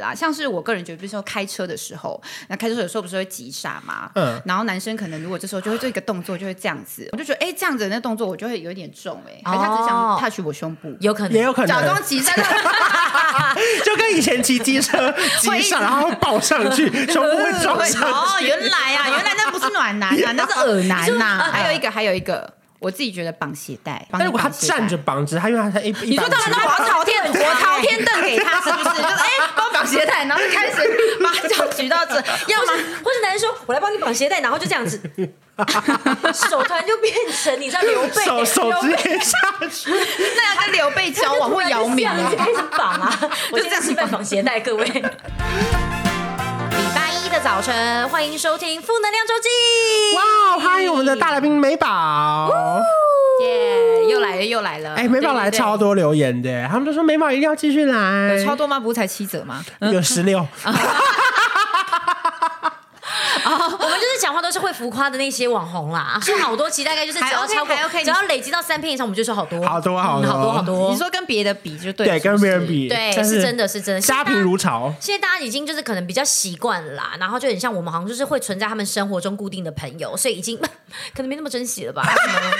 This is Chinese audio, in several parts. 啦，像是我个人觉得，比如说开车的时候，那开车有时候不是会急刹嘛，嗯然后男生可能如果这时候就会做一个动作，就会这样子，我就觉得哎、诶这样子的那动作我就会有点重哎、诶还是他只想哦 touch 我胸部，有可能 也有可假装能，急刹， 但就跟以前骑机车急上，然后抱上去，胸部会撞 上哦，去。原来啊，原来那不是暖男啊，那是耳 男就呐、呃还有一个，还有一个，我自己觉得绑鞋带，哎但如果他站着。绑着，他因为他才一一你说绑他们让 直，我朝天，我朝天蹬给他，是不是？就是哎，帮我绑鞋带，然后就开始把脚举到这，要或么是或是男人说：“我来帮你绑鞋带。”然后就这 样子，手突然就变成你知道刘备，手手刘直备接下去，那要跟刘备交往就或 突然姚就这明样啊子。开始绑啊！ 我就这样示范绑鞋带，各位。礼拜一的早晨，欢迎收听《负能量周记》。哇！欢迎我们的大来宾美宝，耶，又哦来了，又来了。哎，美宝来对超，多留言的，他们就说美宝一定要继续来嗯对对，有超多吗？不是才七折吗？有十六，我们就是讲话都是会浮夸的那些网红啦，是好多期大概就是只要还 OK，超过还，OK，只要累积到三篇以上，我们就说好多好多好多嗯好多好多。你说跟别的比就对了，对，是不跟是别人比，对，但是真的是真的，家现贫在大家如潮。现在大家已经就是可能比较习惯了啦，然后就很像我们好像就是会存在他们生活中固定的朋友，所以已经 可能没那么珍 惜了吧。I don't know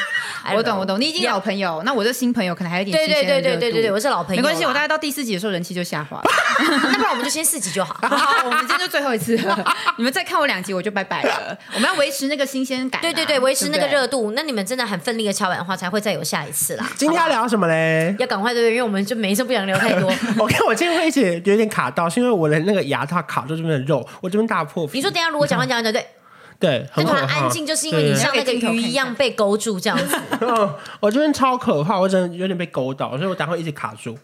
哎我懂，我懂，你已经老朋友，那我这新朋友可能还有一点对哎对新鲜的对对热对度对对，我是老朋友啊没啦，关系，我大概到第四集的时候人气就下滑了。那不然我们就先四集 就好。好，我们今天就最后一次 了，你们再看我两集我就拜拜了。我们要维持那个新鲜感啊，对对对，维持那个对不对热度，那你们真的很奋力的敲碗的话，才会再有下一次啦。今天要聊什么嘞？要赶快对不对？因为我们就每一次不想聊太多。 我看我今天会一直有点卡到，是因为我的那个牙套卡住这边的肉，我这边大破皮。 你说等一下如果讲完讲完讲对，对，那很突可然怕安静，就是因为你对像那个鱼一样被勾住这样 子，嗯 我这边超可怕，我真的有点被勾到，所以我等会一直卡住。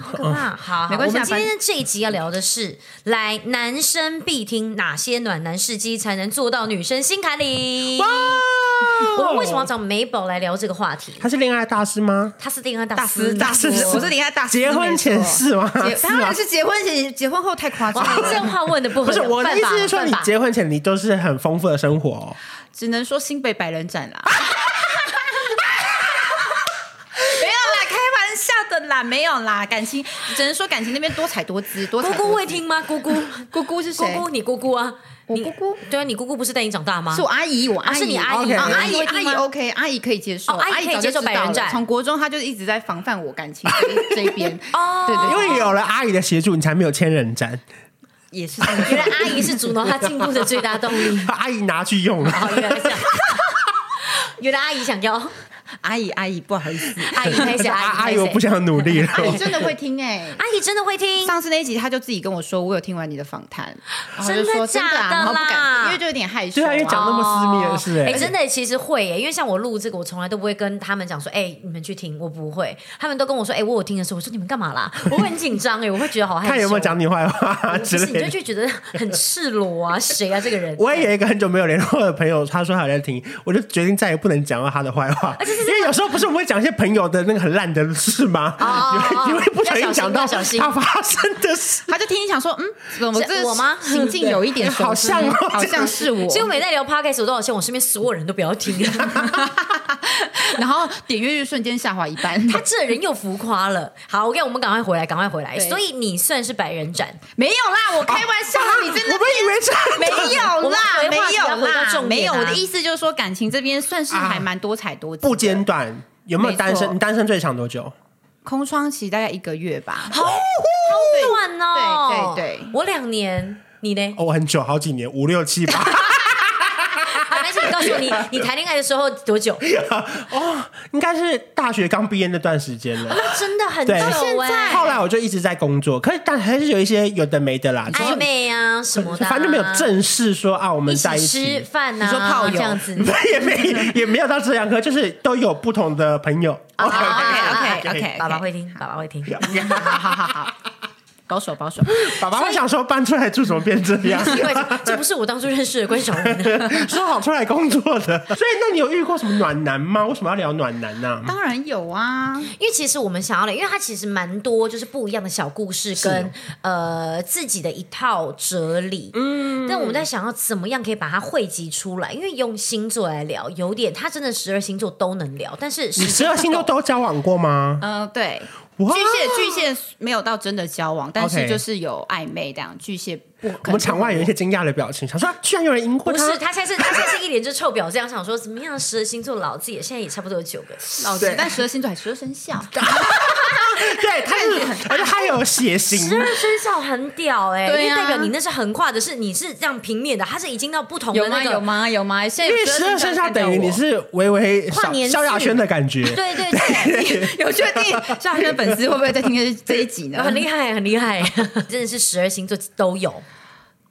好可怕。 好，没关系啊我们今天这一集要聊的是，来男生必听哪些暖男事迹才能做到女生心坎里。哦我们为什么要找美宝来聊这个话题？他是恋爱大师吗？他是恋爱大大师师，大师大师，我 是林爱大师，结婚前没错是吗？结是当吗然？是结婚前，结婚后太夸张啊哇，这了，话问的不合不是有我的办意法思是说，有你办法结婚前你都是很丰富的生活哦、只能说新北百人展啦。 没有啦，开玩笑的啦，没有啦，感情只能说感情那边多彩多姿，多彩姑多姿姑会听吗？姑姑，姑姑是姑谁？姑，你姑姑啊，我你姑姑对啊，你姑姑不是带你长大吗？是我阿姨，我阿姨、是你阿姨 OK 哦你阿阿姨姨会听阿姨吗 OK，阿姨可以接受，哦阿姨可以早就接受知道百人了斩从国中她就一直在防范我感情这这一边，哦对对因对，为有了阿姨的协助，你才没有千人斩，也是这么原来阿姨是阻挠他进步的最大 动力。阿姨拿去用了。哦，原来是这 样。原来阿姨想要， 阿姨阿姨不好意 思，阿姨开始，阿阿阿姨姨，开我始不想努力了。阿姨真的会听哎。阿姨真的会 听，上次那一集，她就自己跟我说，我有听完你的访谈，然后真的就说假真的的啊，然后不啦敢，因为就有点害羞对啊。啊，因为讲那么私密的事、哎、哎、真的其实会耶，因为像我录这个，我从来都不会跟他们讲说，哎、你们去听，我不会。他们都跟我说，哎、我有听的时候，我说你们干嘛啦？我会很紧张哎，我会觉得好害羞。 看有没有讲你坏话不之是，类你就的。就觉得很赤裸啊，谁啊这个人？我也有一个很久没有联络的朋友，他说他有在听，我就决定再也不能讲到他的坏啊话，因为有时候不是我们会讲一些朋友的那个很烂的事吗？哦哦哦你会你会不小心讲到要小心他发生的事，她就听你讲说，嗯，怎么是这我吗行径有一点熟悉好像哦好像是我。 所以我每在聊 podcast，我都好像我身边所有人都不 要听。 然后点阅率瞬间下滑一半。他这人又浮夸了。好，OK，我们赶快回来，赶快回来。对所以你算是百人斩，没有啦，我开玩笑啊，你真我的们以为是没有我们啦，回没话题有要回到啦，重点啊没有。我的意思就是说，感情这边算是还蛮多彩多姿的，不间断。有没有单没身？错你单身最长多久？空窗期大概一个月吧。短哦。对对对我两年，你呢？ 哦，很久，好几年，五六七八。好，但是你告诉我你，你谈恋爱的时候多久？哦，应该是大学刚毕业那段时间了。那真的很久对哎、后来我就一直在工作，可是但还是有一些有的没的啦，只暧是昧啊什么的啊、反正没有正式说啊，我们一在起一吃起。饭啊，你说炮友这 样子。也没也没有到这样，可就是都有不同的朋友。OK， OK OK OK，OK，OK OK，爸爸会听，爸爸会听。好好好好，保守 保守。爸爸会想说搬出来住怎么变这样？ 奇怪，这不是我当初认识的关晓雯啊。说好出来工作的， 所以那你有遇过什么暖男吗？为什么要聊暖男呢、当然有啊，因为其实我们想要的，因为它其实蛮多就是不一样的小故事跟呃自己的一套哲理，嗯，但我们在想要怎么样可以把它汇集出来，因为用星座来聊有点，它真的十二星座都能聊，但是你十二星座都都交往过吗？嗯，对，哇巨蟹巨蟹没有到真的交往，但是 OK 就是有暧昧这样。巨蟹不，我们场外有一些惊讶的表情，想说啊居然有人赢过不他是，，他现在是他现在是一脸就是臭婊子样，想说怎么样？十二星座老子也现在也差不多有九个，老子，但十二星座还十二生肖，对，他是，而且他有血十型二，生肖很屌哎、对啊因为代表你那是横跨的，是你是这样平面的，它是已经到不同的有那吗？个有？吗？有吗？现在因为十二生肖等于你是微微跨小年萧亚制轩的感觉， 对对 对，有确定夏轩粉丝会不会在听这这一 集呢？很厉害，很厉害， 真的是十二星座都有。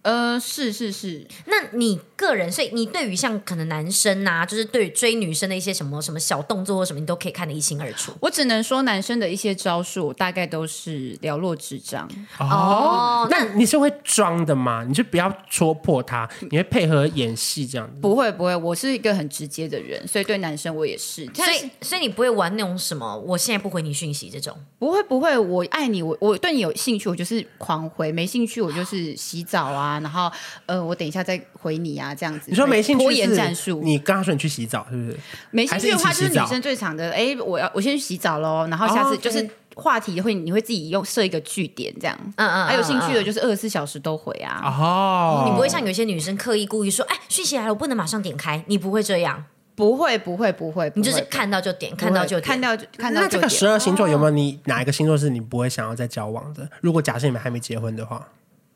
呃，是是是，那你个人，所以你对于像可能男生呐、就是对于追女生的一些什么什么小动作或什么，你都可以看得一清二楚。我只能说男生的一些招数大概都是了若指掌。哦那那你是会装的吗？你就不要戳破他，你会配合演戏这样子。不会不会，我是一个很直接的人，所以对男生我也是。所但是以，所以你不会玩那种什么，我现在不回你讯息这种。不会不会，我爱你，我我对你有兴趣，我就是狂回；没兴趣，我就是洗澡啊，然后呃，我等一下再回你啊，这样子。你说没兴趣拖延是战术，你刚刚说你去洗澡是不是？没兴趣的话还就是一是起洗澡女生最常的。哎，我要我先去洗澡喽，然后下哦次，OK 就是话题会你会自己用设一个据点这样。嗯嗯还有兴趣的嗯就是二十四小时都回啊。哦，你不会像有些女生刻意故意说，哎，讯息来了，我不能马上点开。你不会这样，不会不会不会，你就是不会看到就点，不看到会就点看。到就看到那就这个点十二星座有没有你哪一个星座是你不会想要再交往的？如果假设你们还没结婚的话，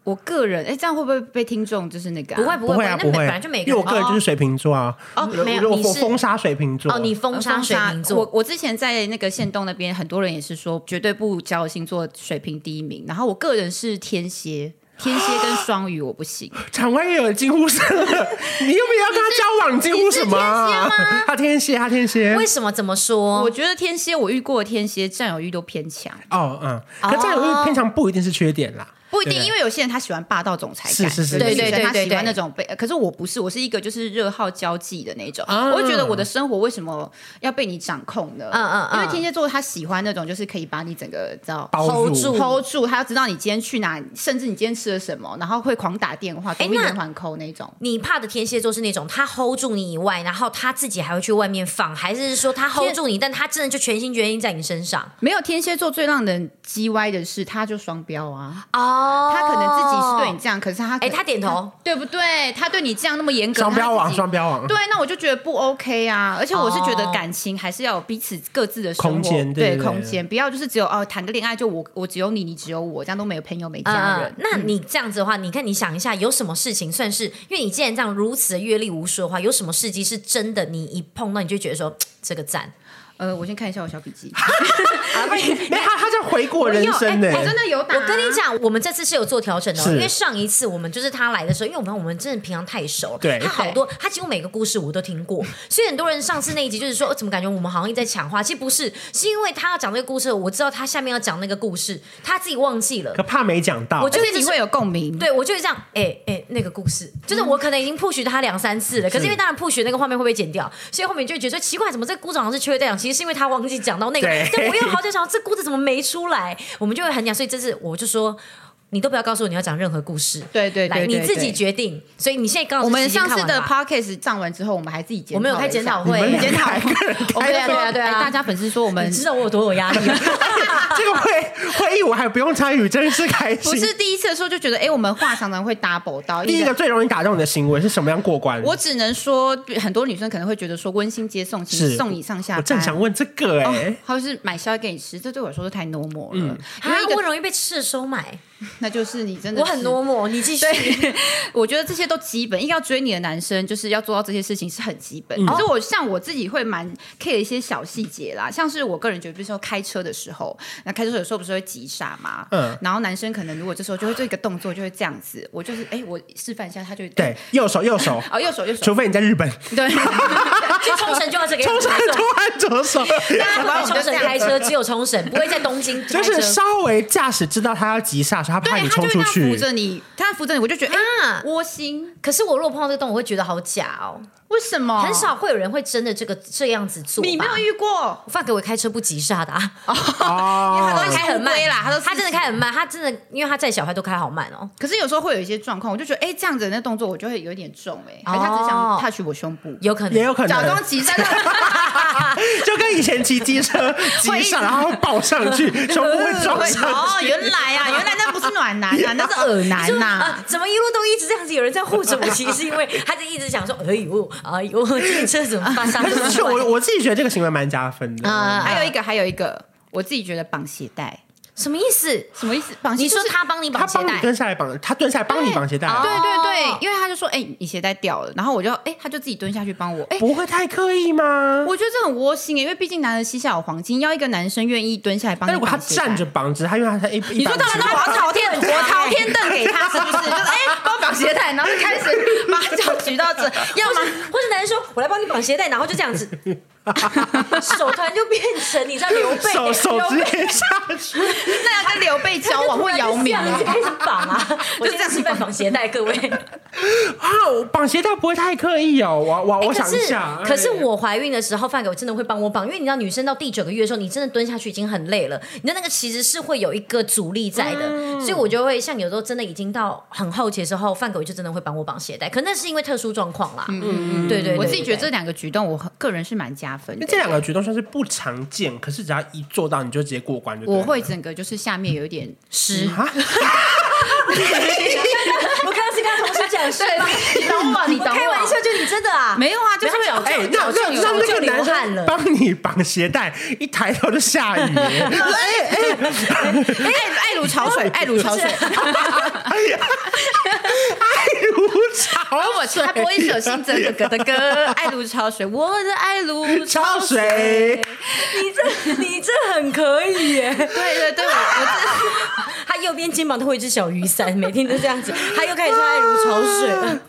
我个人哎，这样会不会被听众就是那个啊、不会不会会啊，那不会，本来就每因个为人我个人就是水瓶座啊，哦没有我你我是封杀水瓶座哦，你封杀水瓶呃我座，我之前在那个县东那边，很多人也是说绝对不交友星座水平第一名。然后我个人是天蝎，天蝎跟双鱼我不行。场外也有人惊呼声了， 你又没有要跟他交往，你惊呼什么啊？他天蝎，他天蝎为，什么？怎么说？我觉得天蝎我遇过的天蝎占有欲都偏强，哦嗯，可占有欲偏强不一定是缺点啦，不一定，对因为有些人他喜欢霸道总裁感，是是是有些对对对女生对他喜欢对那种被。可是我不是，我是一个就是热好交际的那种。啊我会觉得我的生活为什么要被你掌控呢？嗯嗯嗯因为天蝎座他喜欢那种就是可以把你整个知道包 hold 住 hold 住，他要知道你今天去哪，甚至你今天吃了什么，然后会狂打电话，躲避哎那连环扣那种。你怕的天蝎座是那种他 hold 住你以外，然后他自己还会去外面放，还是说他 hold 住你，但他真的就全心全意在你身上？没有天蝎座最让人叽歪的是，他就双标啊，哦他可能自己是对你这样，可是他可哎他点头，对不对？他对你这样那么严格，双标啊他王，自己双标王，对，那我就觉得不 OK 啊！而且我是觉得哦感情还是要有彼此各自的生活空间对对对对空间，不要就是只有哦谈个恋爱就我我只有你，你只有我，这样都没有朋友没家呃 人，。那你这样子的话，你看你想一下，有什么事情算是？因为你既然这样如此的阅历无数的话，有什么事迹是真的？你一碰到你就觉得说嘖这个赞，呃，我先看一下我小笔记， 没有他，他叫回顾人生呢、我哎真的有打，啊我跟你。讲，我们这次是有做调整的哦，是因为上一次我们就是他来的时候，因为我们我们真的平常太熟了，对他好多，他几乎每个故事我都听过，所以很多人上次那一集就是说，哦怎么感觉我们好像一直在抢话？其实不是，是因为他要讲这个故事，我知道他下面要讲那个故事，他自己忘记了可。怕没讲到。我觉就得是你会有共鸣，对，我就是这样，哎、哎、那个故事，就是我可能已经 push 他两三次了，可是因为当然 push 那个画面会被剪掉，所以后面就会觉得说奇怪，怎么这个故事好像是缺在讲，其实是因为他忘记讲到那个，对对，我又好久想这故事怎么没出来，我们就会很讲，所以这次我就说。你都不要告诉我你要讲任何故事，对对对来对你自己对决定。所以你现在刚好我是们时间上看次完的吧 podcast 上完之后，我们还自己检讨我们有了开一检下讨会，检讨 会， 我们对啊说对啊对啊哎大家粉丝说我们你知 道我有多有压力吗？这个会会议我还不用参与，真是开心。不是第一次的时候就觉得，哎，我们话常常会 double 到第一个。最容易打动你的行为是什么样过关？我只能说，很多女生可能会觉得说温馨接送，请是送你上下我班。正想问这个哎、嗯哦，或者是买宵夜给你吃，这对我来说都太 normal 了。因啊为一，我个容易被吃的收买，那就是你真的我是很。normal。你继续， 我觉得这些都基本，应该要追你的男生就是要做到这些事情是很基嗯本。可是我像我自己会蛮 care 一些小细节啦，像是我个人觉得，比如说开车的时候，那开车有时候不是会急刹嘛，嗯嗯，然后男生可能如果这时候就会做一个动作，就会这样子，我就是哎、我示范一下，他就对，右手右手， 哦右手右手除非你在日本，对，去冲绳就要这个样冲子绳突然 左手，大家不会冲绳开车，只有冲绳，不会在东京开 就车是稍微驾驶知道他要急刹，时候，他 怕对，你他冲就出会这样去扶。着你，他扶着你，我就觉得哎、啊窝心，可是我如果碰到这个洞，我会觉得好假哦，为什么？很少会有人会真的这个这样子做吧。你没有遇过，我发给我开车不急刹的、啊， 哦，他开很慢乌龟啦他都他真的开很慢，他真的因为他载小孩都开好慢哦。可是有时候会有一些状况，我就觉得哎、这样子的那动作我就会有点重哎、还是他只想哦 touch 我胸部，有可能也有可假装能，急刹车， 就跟以前骑机车急上，然后抱上 去，胸部会撞上哦，去。原来 啊，原来那不是暖男啊，那是耳就男啊呐、 呃怎么一路都一直这样子，有人在护着我？其实是因为他就一直想说，哎呦，哎呦，这个车怎么呃办？上这 但是么我快我自己觉得这个行为蛮加分的。啊还有一个，还有一个，我自己觉得绑鞋带什么意思？什么意思？绑鞋你说就是他帮你他绑鞋帮你带？蹲下来绑，他蹲下来帮你绑鞋带，对哦对对，因为他就说，哎、你鞋带掉了，然后我就，哎、他就自己蹲下去帮我， 哎、不会太刻意吗？我觉得这很窝心哎、因为毕竟男人膝下有黄金，要一个男生愿意蹲下来帮但你如果他绑鞋带站着，绑着，他因为他才一，你你说当然我朝天，我朝天凳给他，是不是？就是哎，帮我绑鞋带，然后就开始把脚举到这，要吗？或是男人说，我来帮你绑鞋带，然后就这样子，手突然就变成你在刘备，手手刘直备接下 去，那要跟刘备交 往或姚明就啊？开始绑 啊！我就这样子现在绑示范绑鞋带，各 位。啊，我绑鞋带不会太刻意哦。我我我哎可想一是嗯下，哎可是我怀孕的时候，范给我真的会帮我绑，因为你知道女生到第九个月的时候，你真的蹲下去已经很累了，你的那个其实是会有一个阻力在的，嗯所以我就会像有时候真的已经到很后期的时候，范给我就真的会帮我绑鞋带，可那是因为特殊状况啦。嗯对对对我自己觉得这对两个举动，我个人是蛮加分因为的。这两个举动算是不常见，可是只要一做到，你就直接过关就对了。我会整个就是下面有一点湿，啊，我刚刚是跟他同事讲 是吧？你懂我，哎你我懂我。 开玩笑，就你真的啊？没有啊，就是没有哎，那就那流那那就个流男汗生了帮你绑鞋带，一抬头就下雨耶，哎爱爱如哎潮水，爱如潮水。哎如潮我水，他播一首新泽哥哥的歌《爱如潮水》，我的爱如 潮潮水。水，你这你这很可以耶！对对对，我我 他右边肩膀都会有一只小雨伞，每天都这样子， 他又开始说爱如潮水了。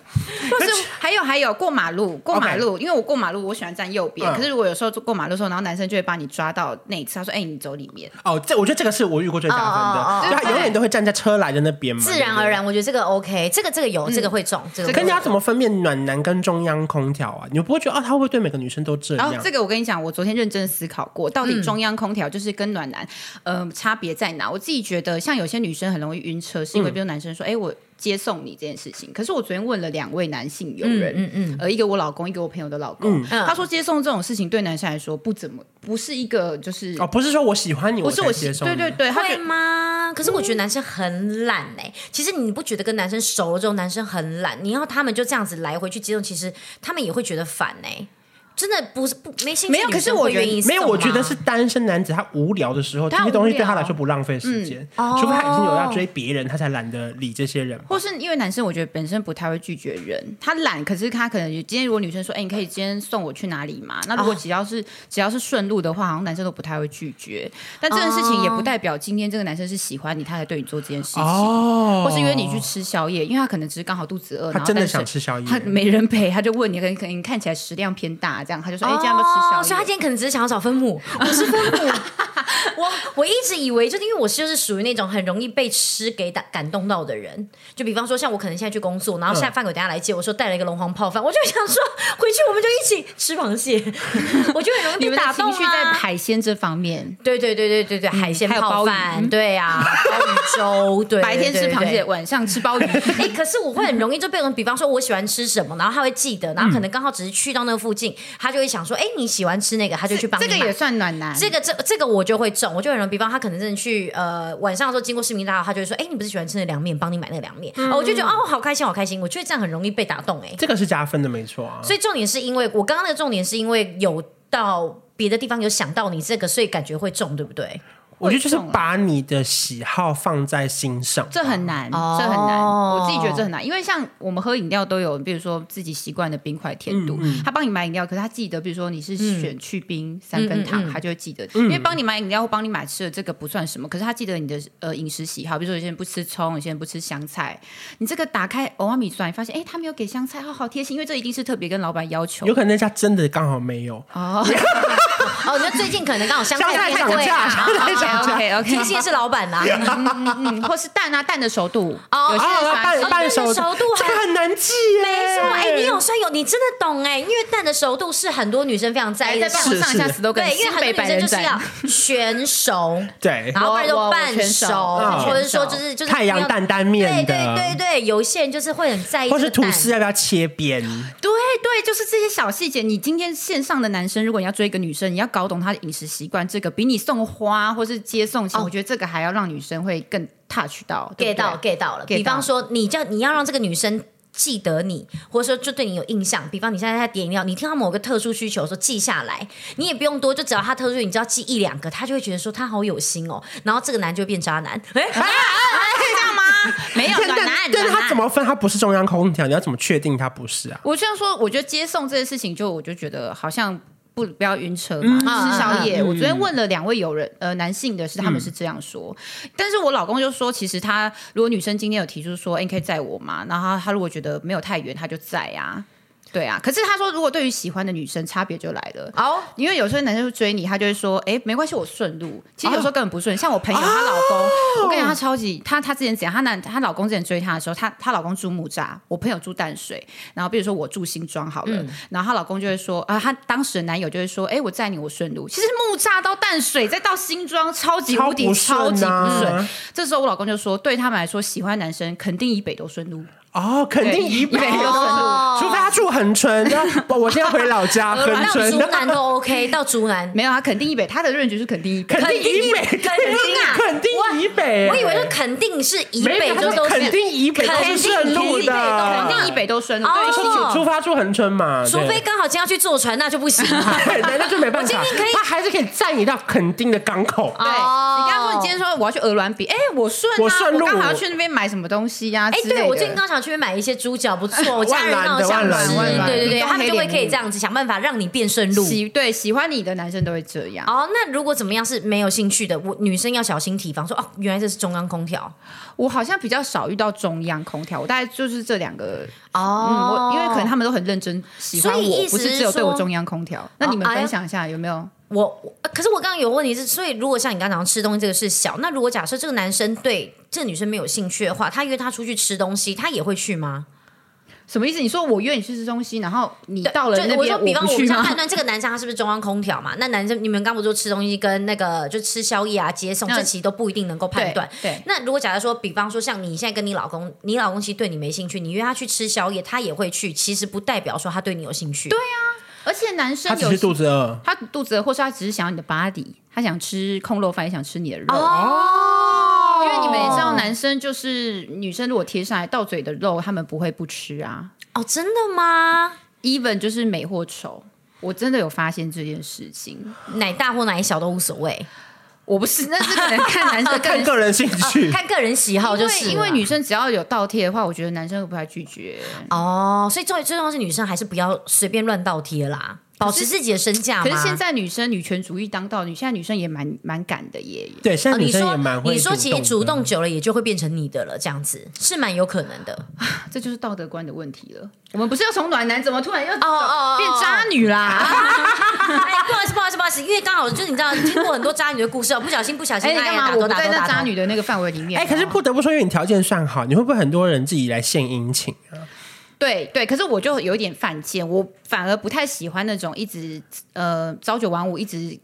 这或是还有还有过马路，过马路，因为我过马路我喜欢站右边，嗯可是如果有时候过马路的时候，然后男生就会把你抓到内侧，他说：“哎，你走里面。哦，这我觉得这个是我遇过最加哦哦分的，哦就他永远都会站在车来的那边嘛， 自然对不对而。然，我觉得这个 OK，这个这个有，这个会中，这个嗯可是会你要中怎么分辨暖男跟中央空调啊？你不会觉得啊，他会不会对每个女生都这”然样后？哦这个我跟你讲，我昨天认真思考过，到底中央空调就是跟暖男，呃，差别在哪？我自己觉得，像有些女生很容易晕车，是因为比如男生说：“哎，我接送你这件事情。”可是我昨天问了两位男性友人，嗯嗯，呃，一个我老公，一个我朋友的老公，嗯他说接送这种事情对男生来说不怎么，不是一个就是，哦，不是说我喜欢你，不是我我才接受对你，对对，他觉会吗？可是我觉得男生很懒哎、其实你不觉得跟男生熟了之后，男生很懒，你要他们就这样子来回去接送，其实他们也会觉得烦哎、真的不是不没兴趣，没有可是我觉得没有，我觉得是单身男子他无聊的时候，这他些东西对无聊他来说不浪费时间，嗯除非他已经有要哦追别人，他才懒得理这些人。或是因为男生，我觉得本身不太会拒绝人，他懒，可是他可能今天如果女生说，哎、你可以今天送我去哪里嘛？那如果只要是、只要是顺路的话，好像男生都不太会拒绝。但这件事情也不代表今天这个男生是喜欢你，他才对你做这件事情。哦或是约你去吃宵夜，因为他可能只是刚好肚子饿，他然后真的但是想吃宵夜他没人陪，他就问你，可能可能看起来食量偏大，这样他就说，哎、哦，今天要不要吃宵夜？所以他今天可能只是想要找分母，我是分母。我我一直以为，就是因为我是就是属于那种很容易被吃给打感动到的人。就比方说，像我可能现在去工作，嗯然后下饭狗等下来接我说带了一个龙皇泡饭，我就想说回去我们就一起吃 螃蟹，我就很 容你易们被的打动情绪在啊。海鲜这方面。对对对对对对，海鲜还有泡鲍鱼饭，对啊，鲍鱼粥，对，白天对吃对对螃蟹，晚上吃鲍鱼。哎、可是我会很容易就被人，比方说我喜欢吃什么，然后他会记得，然后可能刚好只是去到那附近，他就会想说，哎、你喜欢吃那个，他就去帮 你这买。个也算暖 男，这个这这个我就会中，我就有人，比方他可能真的去呃晚上的时候经过市民大道，他就会说，哎、你不是喜欢吃那凉面，帮你买那个凉面、嗯哦，我就觉得哦好开心好开心，我觉得这样很容易被打动哎、这个是加分的，没错啊。所以重点是因为我刚刚那个重点是因为有到别的地方有想到你这个，所以感觉会中，对 不对？我觉得就是会中啊把你的喜好放在心上，啊这很难，哦这很难，我自己觉得这很难，因为像我们喝饮料都有，比如说自己习惯的冰块甜度，他帮你买饮料，可是他记得，比如说你是选去冰三分糖，他就会记得，因为帮你买饮料或帮你买吃的这个不算什么，可是他记得你的呃饮食喜好，比如说有些人不吃葱，有些人不吃香菜，你这个打开欧阿米酸，你发现哎他没有给香菜，哦好贴心，因为这一定是特别跟老板要求有。可能那家真的刚好没有，哦，哦，那最近可能刚好香香菜菜有变涨贵价，啊香，菜涨价。 OK 天 OK，蝎是 老板啦，哦哎嗯，或是蛋啊蛋的熟度，哦有些啊，人半喜欢半哦熟熟度这个还很难记耶。没错，哎，你有酸有，你真的懂哎，因为蛋的熟度是很多女生非常在哎意再的帮项我目，上一下是是 slogan，对，因为新很北多百女生人就是要斩，全熟，对，然后不然我就我半全熟，熟或者说就是就是太阳蛋单面对的，对对对，有一些人就是会很在意，或是吐司。要不啊要切边？对对，就是这些小细节。你今天线上的男生，如果你要追一个女生，你要搞懂她的饮食习惯，这个比你送花或是接送哦钱，我觉得这个还要让女生会更 touch 到 get 到 get get 到了。 get 比方到说，你叫你要让这个女生。记得你，或者说就对你有印象。比方你现在在点饮料，你听到某个特殊需求说记下来，你也不用多，就只要他特殊，你只要记一两个，他就会觉得说他好有心哦。然后这个男就会变渣男，哎、这 样吗？没有但暖男，但但是暖它男怎么分？它不是中央空调，你要怎么确定它不是啊？我这样说，我觉得接送这件事情就，我就觉得好像不不要晕车嘛，吃宵夜。我昨天问了两位友人，呃，男性的是他们是这样说，但是我老公就说，其实他如果女生今天有提出说，哎、你可以载我嘛，然后他他如果觉得没有太远，他就载啊。对啊，可是他说，如果对于喜欢的女生，差别就来了。 哦，因为有时候男生会追你，他就会说：“哎、没关系，我顺路。”哦其实有时候根本不顺。像我啊朋友，她老公，我跟你讲，她超级，她她之前怎样？她男她老公之前追她的时候，她她老公住木栅，我朋友住淡水，然后比如说我住新庄好了，嗯然后她老公就会说：“啊、她当时的男友就会说：‘哎、我载你，我顺路。’其实木栅到淡水再到新庄，超级无敌超超不级顺啊不顺。这时候我老公就说：“对他们来说，喜欢男生肯定以北都顺路。” 哦，肯定以北对以北有顺哦，除非他住恒 春，然后我现在回老家恒到春竹，南都 OK，到竹南。没有，他肯定以北，他的认知是肯定以北。肯定以北，肯定 啊肯定以北。我以为说肯定是以没北有就他都说是肯定以北都是顺路以北都的，肯定以北都顺路。啊哦对，除除除非他住恒春嘛，除非对。刚好今天要去坐船，那就不行了。 对，对 那就没办我法今天可以，他还是可以载你到垦丁的港口。对，哦你刚刚说你今天说我要去鹅銮鼻，哎，我顺啊，我顺路我刚好要去那边买什么东西呀？哎、之类的对我最近刚想去买一些猪脚，不错，我家人万兰那的种想万兰吃万兰，对对对，东他们黑就会莲可以雾这样子想办法让你变顺路。喜对喜欢你的男生都会这样。哦，那如果怎么样是没有兴趣的，我女生要小心提防，说哦，原来这是中央空调我好像比较少遇到中央空调，我大概就是这两个，嗯，哦我因为可能他们都很认真喜欢所以我，意思不是只有对我中央空调。那你们哦哎呀分享一下有没有？我我呃可是我刚刚有问题是，所以如果像你刚刚讲吃东西这个是小，那如果假设这个男生对这个女生没有兴趣的话，他约她出去吃东西，他也会去吗？什么意思？你说我约你去吃东西，然后你对到了就那我说，边比方不我去们想吗？判断这个男生他是不是中央空调嘛？那男生你们刚不说吃东西跟那个就吃宵夜啊、接送，嗯这其实都不一定能够判断。 对对那如果假如说，比方说像你现在跟你老公，你老公其实对你没兴趣，你约他去吃宵夜，他也会去，其实不代表说他对你有兴趣。对啊，而且男生他有只是肚子饿，他肚子饿，或是他只是想要你的 body，他想吃空肉饭，也想吃你的肉。哦，因为你们也知道，男生就是女生如果贴上来到嘴的肉，他们不会不吃啊。哦，真的吗？ even 就是美或丑，我真的有发现这件事情。奶大或奶小都无所谓，我不是， 那是可能看男生看个人兴趣。 看个人啊喜好因就为是了因为女生只要有倒贴的话，我觉得男生会不太拒绝。哦，所以最最重要是女生还是不要随便乱倒贴啦，保持自己的身价嘛。可是现在女生女权主义当道，女现在女生也蛮蛮敢的耶。对，现哦，在女你生说也蛮会你说其实主动动久了也就会变成你的了，这样子是蛮有可能的。这就是道德观的问题了。我们不是要从暖男怎么突然又哦哦变渣女啦？哎，不好意思，不好意思，不好意思，因为刚好就是你知道听过很多渣女的故事哦，不小心不小心哎，你哎干呀嘛？打我多不打在多那打渣多。女的那个范围里面。哦哎，可是不得不说，因为你条件算好，你会不会很多人自己来献殷勤啊？对对，可是我就有一点犯贱，我反而不太喜欢那种一直呃朝九晚五，一直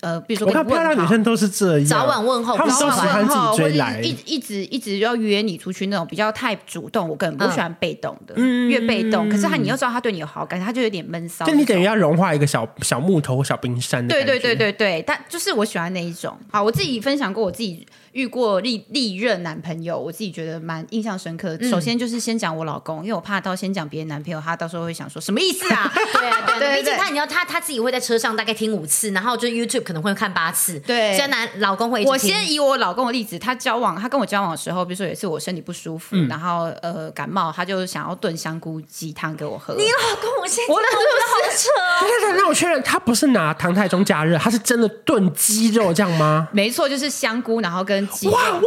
呃，比如说我跟看你漂问亮女好生都是这样，早晚问候他们早都晚喜欢问自候己或追者来一。一直一直要约你出去那种比较太主动，我个人不喜欢被动的，越被动，可是他你又知道他对你有好感，他就有点闷骚那就种。你等于要融化一个小小木头或小冰山的对感觉对对，对对，但就是我喜欢那一种。好，我自己分享过，我自己遇过历历任男朋友，我自己觉得蛮印象深刻。首先就是先讲我老公，因为我怕到先讲别人男朋友，他到时候会想说什么意 思啊？对啊，对对啊对毕竟他你知道他他自己会在车上大概听五次，然后就 YouTube 可能会看八次，对所以男老公会一直我听先以我老公的例子，他交往，他跟我交往的时候，比如说有一次我身体不舒服，然后呃感冒，他就想要炖香菇鸡汤给我喝。你老公，我现在我真的觉得好扯哦。对对对，那我确认他不是拿唐太宗加热，他是真的炖鸡肉这样吗？没错，就是香菇，然后跟鸡。哇哇哇！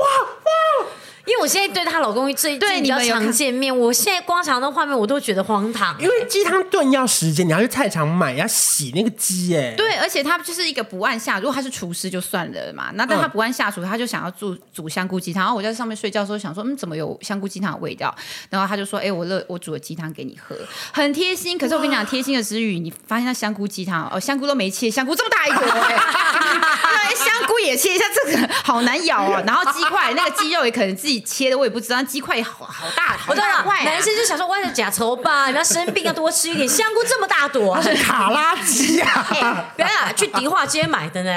因为我现在对她老公最对近比较你们有常看见面，我现在光想到那画面我都觉得荒唐。因为鸡汤炖要时间，你要去菜场买，要洗那个鸡，哎，对，而且他就是一个不按下，如果他是厨师就算了嘛，那但他不按下厨，他就想要煮煮香菇鸡汤。然后我在上面睡觉的时候想说，嗯，怎么有香菇鸡汤的味道？ 然后他就说，哎、我热，我煮了鸡汤给你喝，很贴心。可是我跟你讲，贴心的之余，你发现那香菇鸡汤哦，香菇都没切，香菇这么大一坨、 哎对，香菇也切一下，这个好难咬哦。然后鸡块，那个鸡肉也可能自己切的，我也不知道，鸡块好好大，好我知道大了块、，啊。男生就想说，为了假愁吧，你要生病要多吃一点，香菇这么大 朵，卡拉鸡 哎啊，不要啦去迪化街买的呢。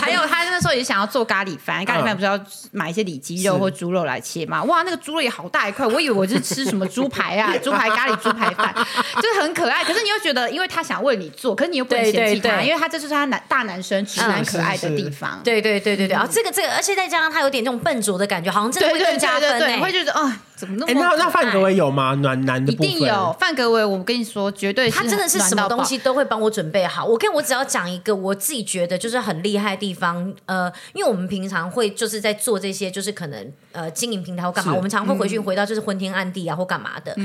还有他那时候也想要做咖喱饭，咖喱饭不是要买一些里脊肉或猪肉来切嘛？哇，那个猪肉也好大一块，我以为我是吃什么猪排 啊，猪排咖喱、猪排饭，就是很可爱。可是你又觉得，因为他想为你做，可是你又不能对嫌弃对他，对因为他这就是他男大男生直男嗯可爱是的是地方。 对对对对对，啊，这个这个，而且再加上他有点那种笨拙的感觉，好像真的对会对更加对对分欸对，呢会。觉得啊，怎么那 哎，么那那可范格爱维有吗？暖男的一部分定有范格维，我跟你说，绝对他真的是暖什到么爆东西都会帮我准备好。我跟我只要讲一个我自己觉得就是很厉害的地方，呃，因为我们平常会就是在做这些，就是可能呃经营平台或干嘛，是我们常会回嗯去回到就是昏天暗地啊或干嘛的。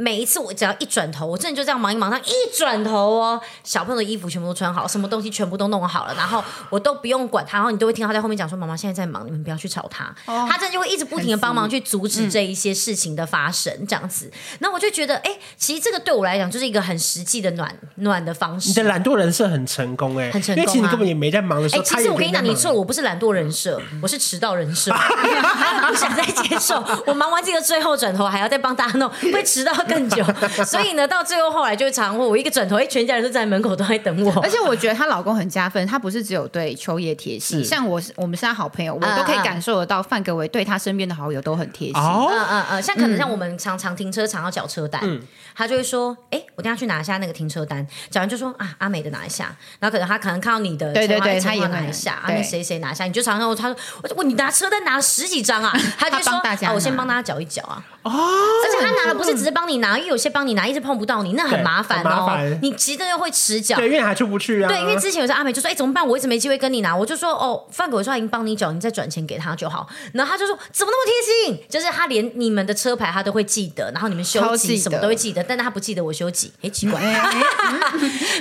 每一次我只要一转头，我真的就这样忙一忙，上一转头哦，小朋友的衣服全部都穿好，什么东西全部都弄好了，然后我都不用管他，然后你都会听到他在后面讲说：“妈妈现在在忙，你们不要去吵他。哦他真的就会一直不停的帮忙去阻嗯止这一些事情的发生，这样子。那我就觉得，哎、其实这个对我来讲就是一个很实际的暖暖的方你的式。懒惰人设很成功哎、很成因为功其实你啊根本也没在忙的时哎、候。其实我跟你讲，你错做了，我不是懒惰人设，嗯我是迟到 人设，还有不想再接受。我忙完这个最后转头还要再帮大家弄，会迟到 更久。所以呢，到最后后来就会常会我一个转头，哎、全家人都在门口都在等我。 而且我觉得她老公很加分，他不是只有对秋叶贴心，像我是我们是他好朋友，我都可以嗯嗯感受得到范格维对他身边的好友都很贴 心。哦，嗯嗯嗯，像可能像我们常常停车场要缴车单，嗯他就会说：“哎、我等下去拿一下那个停车单。”缴完就说：“啊，阿美的拿一下。”然后可能他可能看到你的，对对对他他也会拿一下，啊，对那谁谁拿一下，你就常常他说：“我我你拿车单拿了十 几张啊！”他就他说：“帮大家啊，我先拿帮大家缴一缴啊。”哦，而且他拿的不是只是帮你拿，因为有些帮你拿一直碰不到你，那很对麻烦很麻哦烦，你急着又会迟缴对，。因为还出不去啊。嗯对，因为之前有时候阿美就说：“哎、怎么办？我一直没机会跟你拿。”我就说：“哦，范狗说他已经帮你缴，你再转钱给他就好。”然后他就说：“怎么那么贴心？就是他连你们的车牌他都会记得，然后你们超休记息得嗯什么都会记得，但是他不记得我休息，哎，奇怪。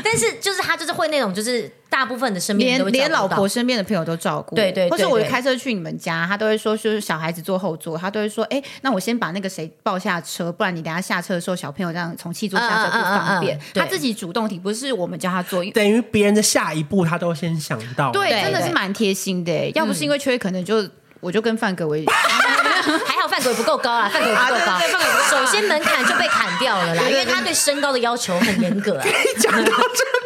但是就是他就是会那种，就是大部分的身 边人连都会连照老顾到婆身边的朋友都照顾，对对对或者我对开车去你们家，他都会说，就是小孩子坐后座，他都会说，哎，那我先把那个谁抱下车，不然你等下下车的时候，小朋友这样从汽座下车不嗯嗯嗯嗯嗯方便。对他自己主动提，不是我们叫他做，因为等于别人的下一步他都先想到。对，对真的是对蛮贴心的欸耶。要不是因为缺，可能就我就跟范格 维还好范狗不够高啊啦，范狗不够 啊高。首先门槛就被砍掉了啦，因为他对身高的要求很严格、啊。 讲到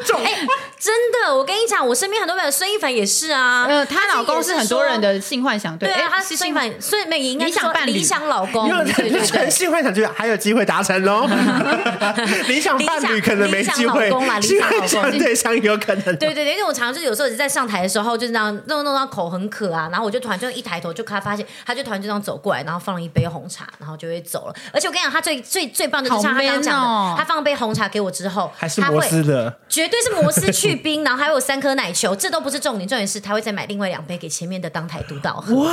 这种， 哎、真的，我跟你讲，我身边很多朋友，孙一凡也是啊，呃，她自己老公也是很多说人的性幻想，对，对哎啊，他是是性性反，所以美应该理想说伴侣理想老公，因为对对人对全。性幻想就还有机会达成喽。理想伴侣可能没机会理想老公啦，理性想老幻公想对象有可能。 对对对，因为我常常就是有时候在上台的时候，就是那样弄弄到口很渴啊，然后我就突然就一抬头就看发现，他就突然就这样走过来，然后放了一杯红茶，然后就会走了。而且我跟你讲，他最最最棒的，就像他刚刚讲好 man 哦的，他放了杯红茶给我之后，还是他会摩斯的，绝对是摩斯去冰，然后还有三颗奶球，这都不是重点，重点是他会再买另外两杯给前面的当台督导喝。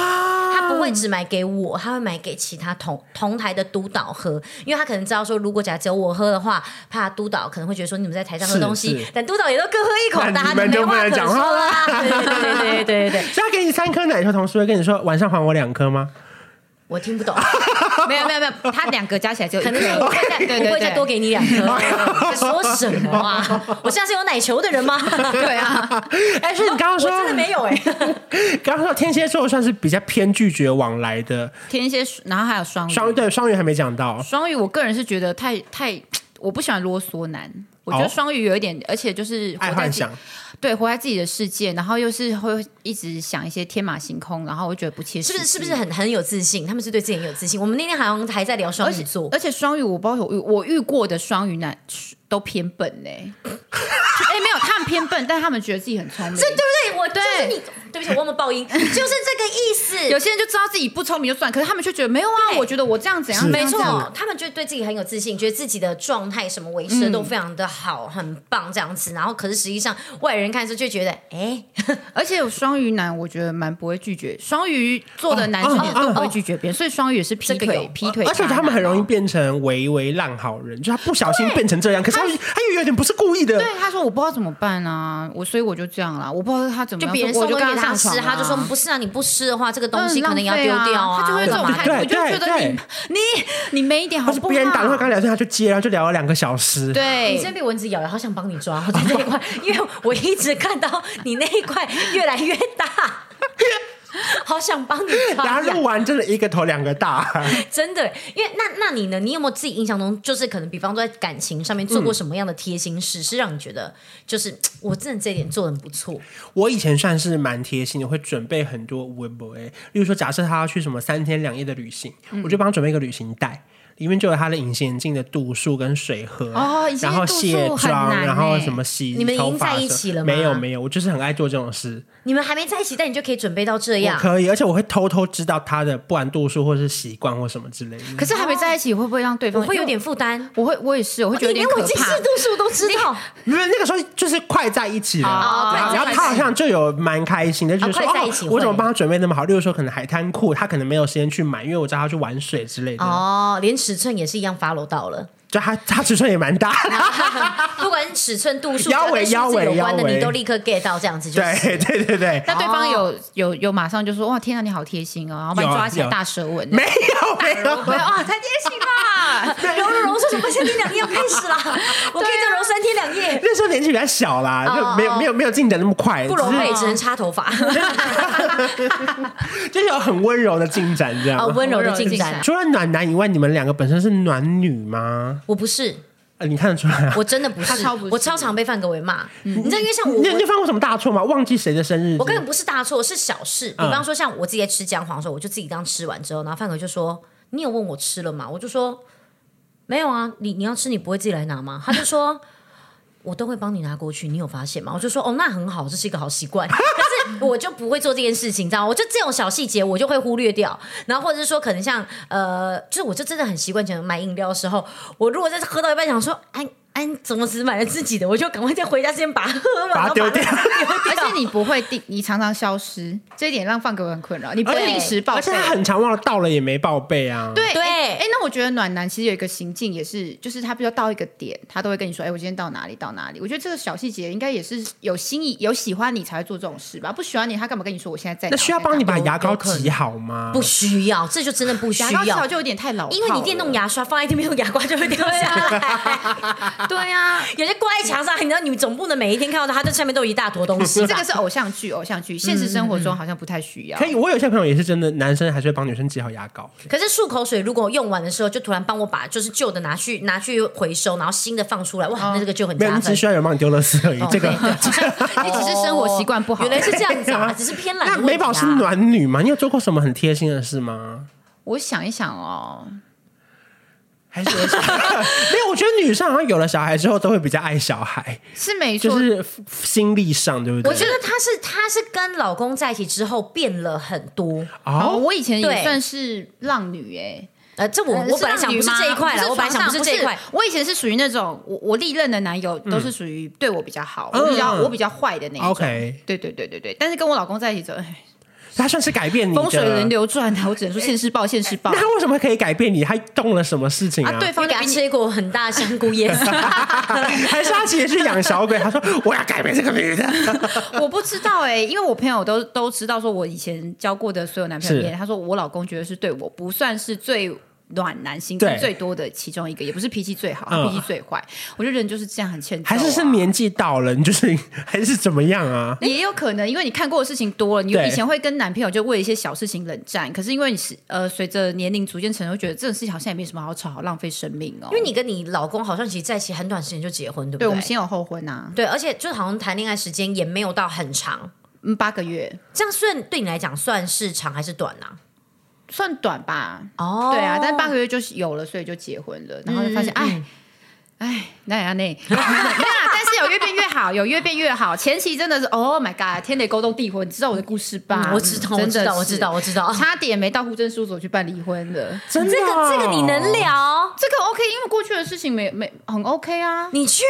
他不会只买给我，他会买给其他同同台的督导喝，因为他可能知道说，如果假如只有我喝的话，怕督导可能会觉得说你们在台上喝是东西是，但督导也都各喝一口，那大家你们就没不啊话能可讲说话啦啦。对对对对对 对对，所以他给你三颗奶球，同事会跟你说晚上还我两颗吗？我听不懂，没有没有没有，他两个加起来就可能是我会再对 对对我会再多给你两颗。在说什么啊？我现在是有奶球的人吗？对啊，哎，所以你刚刚我说，真的没有哎、刚刚说天蝎座算是比较偏拒绝往来的，天蝎，然后还有双鱼，双对双鱼还没讲到，双鱼，我个人是觉得太太，我不喜欢啰嗦男。我觉哦得双鱼有一点，而且就是活爱在幻自己想。对活在自己的世界，然后又是会一直想一些天马行空，然后我觉得不切实是际，不是是不是？很很有自信？他们是对自己很有自信。我们那天好像还在聊双而鱼且座，而且双鱼，我包括我遇我遇过的双鱼男都偏欸 笨呢、哎、没有，他们偏笨，但他们觉得自己很聪明。对对不对？我对就是你，对不起，我忘了爆音， 就是这个意 思。有些人就知道自己不聪明就算，可是他们却觉得没有啊，对我觉得我这样怎样，是怎没样怎样错，他们就对自己很有自信，觉得自己的状态什么维持得都非常的好，很棒这样子。然后，可是实际上外人看的时候就觉得，哎，而且有双鱼男，我觉得蛮不会拒绝，双鱼座的男哦生哦也都不会拒绝别人，所以双鱼也是劈这个腿有，哦劈腿，啊哦而且他们很容易。变成唯唯浪好人，就他不小心变成这样，可是他他又有点不是故意的对，，啊他说我不知道怎么办啊，我所以我就这样啦，我不知道他怎么 就样，别人所以送我就东跟西给他上吃床，啦他就说不是啊，你不吃的话，这个东西嗯可能要丢浪费掉啊，他就会这种干嘛态度，的我就对觉得对你你你没一点好或不好？是别人打电话跟他聊天，他就接，然后就聊了两个小时。对，你真被蚊子咬了，好想帮你抓，我 在那一块，因为我一直看到你那一块越来越大， 好想帮你 抓然后呀。录完真的一个头两个大，真的，因为那那你呢？你有没有自己印象中，就是可能比方说在感情上面做过什么样的贴心事，是让你觉得就是嘖我真的这一点做的很不错？ 我以前算是蛮贴心的，会准备很多 w e b 例如说，假设他要去什么三天两夜的旅行，嗯我就帮他准备一个旅行袋。里面就有他的隐形眼镜的度数跟水盒，哦隐形然眼后镜度卸数很妆，难然后欸什么洗，你们已头经发在一什么起了吗没有没有，我就是很爱做这种事，你们还没在一起，但你就可以准备到这我样，可以，而且我会偷偷知道他的不管度数或是习惯或什么之类的。可是还没在一起，会不会让对我方会有点负担。我会我也是，我会觉得有你点连可我近怕视。度数都知 道，没有，那个时候就是快在一起了，哦然后然后快在一起他好像就有蛮开心的，就是说、哦快在一起哦会我怎么帮他准备那么好？例如说，可能海滩裤，他可能没有时间去买，因为我知道他去玩水之类的，哦，连尺寸也是一样 follow 到了，就他他尺寸也蛮大， 不管尺寸、度数，腰围只要跟数字有关的，腰围你都立刻 get 到这样子，就是对对对对，但对方有有有马上就说哇天哪你好贴心哦，然后把你哦有啊抓起来有大舌吻，没有没有没有啊太贴心啦。 柔柔柔说什么三天两夜要开 始啦，我可以啊再柔三天两夜，那时候年纪比较小啦，就没有没有没有进展那么快，哦不柔只美只能插 头发。是就是有很温柔的进展这样。哦，温柔温柔的进的进展展，除了暖男以外，你们两个本身是暖女吗？我不是，呃，你看得出来啊？我真的不是，他超不是嗯我超常被范格维骂。你知道，因为像我，你你我犯过什么大错吗？忘记谁的生日？我根本不是大错，是小事。嗯比方说，像我自己在吃姜黄的时候，我就自己刚吃完之后，然后范格就说：“你有问我吃了吗？”我就说：“没有啊，你你要吃你不会自己来拿吗？”他就说。我都会帮你拿过去，你有发现吗？我就说哦，那很好，这是一个好习惯。但是我就不会做这件事情，你知道吗？我就这种小细节，我就会忽略掉。然后或者是说，可能像呃，就是我就真的很习惯，可能买饮料的时候，我如果在喝到一半，想说哎哎，怎么只买了自己的，我就赶快在回家之前把它喝完，把它然后丢掉 而且你不会定，你常常消失，这一点让范哥很困扰。你不会对定时报而备且，他很常忘了到了也没报备啊。对对哎、哎那我觉得暖男其实有一个行径也是，就是他比如到一个点，他都会跟你说，哎、我今天到哪里到哪里。我觉得这个小细节应该也是有心意、有喜欢你才会做这种事吧，不喜欢你他干嘛跟你说我现在在哪？那需要帮你把我现在牙膏挤好吗？不需要，这就真的不需在哪牙膏要少，就有点太老，因为你电动。牙刷放在这边用牙膏就会掉下来。对啊，有些挂在墙上，你知道，你总不能每一天看到它，它这下面都有一大坨东西 这吧个？是偶像剧，偶像剧，现实生活中好像不太需要。嗯可以，我有些朋友也是真的，男生还是会帮女生挤好牙膏。可是漱口水如果用完的时候，就突然帮我把就是旧的拿去拿去回收，然后新的放出来，哇，那这个就很哦没有，加你只分。需要有人帮你丢垃圾而已。这个哦你只是生活习惯不好原来是这样子啊，只是偏懒的那问题啊。美宝是暖女吗？你有做过什么很贴心的事吗？我想一想哦，还是 没有？我觉得女生好像有了小孩之后都会比较爱小孩，是没错，就是心力上，对不对？我觉得她是她是跟老公在一起之后变了很多。哦，哦，我以前对也算是浪女哎、呃，这我我本来想不是这一块了，了，我本来想不不是这一块是。我以前是属于那种，我我历任的男友都是属于对我比较好，我比较嗯我比较坏的那一种。 OK 对对对对对，但是跟我老公在一起之后，哎他算是改变你的风水轮。流转啊的，我只能说现世报，现世报 那他为什么可以改变你？他动了什么事情啊！对你方给就他比你吃一口很大的香菇叶子，还是他其实是养小鬼？他说我要改变这个女的。我不知道哎、因为我朋友都都知道，说我以前交过的所有男朋友里面，是他说我老公觉得是对我不算是最暖男心中对最多的其中一个，也不是脾气最好，嗯他脾气最坏。我觉得人就是这样很欠揍、啊，还是是年纪到了，你就是还是怎么样啊？也有可能，因为你看过的事情多了，你对以前会跟男朋友就为一些小事情冷战，可是因为你是呃，随着年龄逐渐成熟，会觉得这种事情好像也没什么好吵，好浪费生命哦。因为你跟你老公好像其实在一起很短时间就结婚，对不对对？我们先有后婚啊呐、对，而且就好像谈恋爱时间也没有到很长，嗯，八个月这样算对你来讲算是长还是短呢、算短吧。哦哦啊嗯对啊，但八个月就是有了，所以就结婚了，然后就发现，哎、哎，那呀那， 没有啦，但是有越变越好，有越变越好。前期真的是，Oh my God，天雷勾动地火，你知道我的故事吧？嗯我知道真的是我知道我知道我知道差点没到户政事务所去办离婚了。真的这哦个这个你能聊？这个 OK，因为过去的事情没没很 OK 啊。你确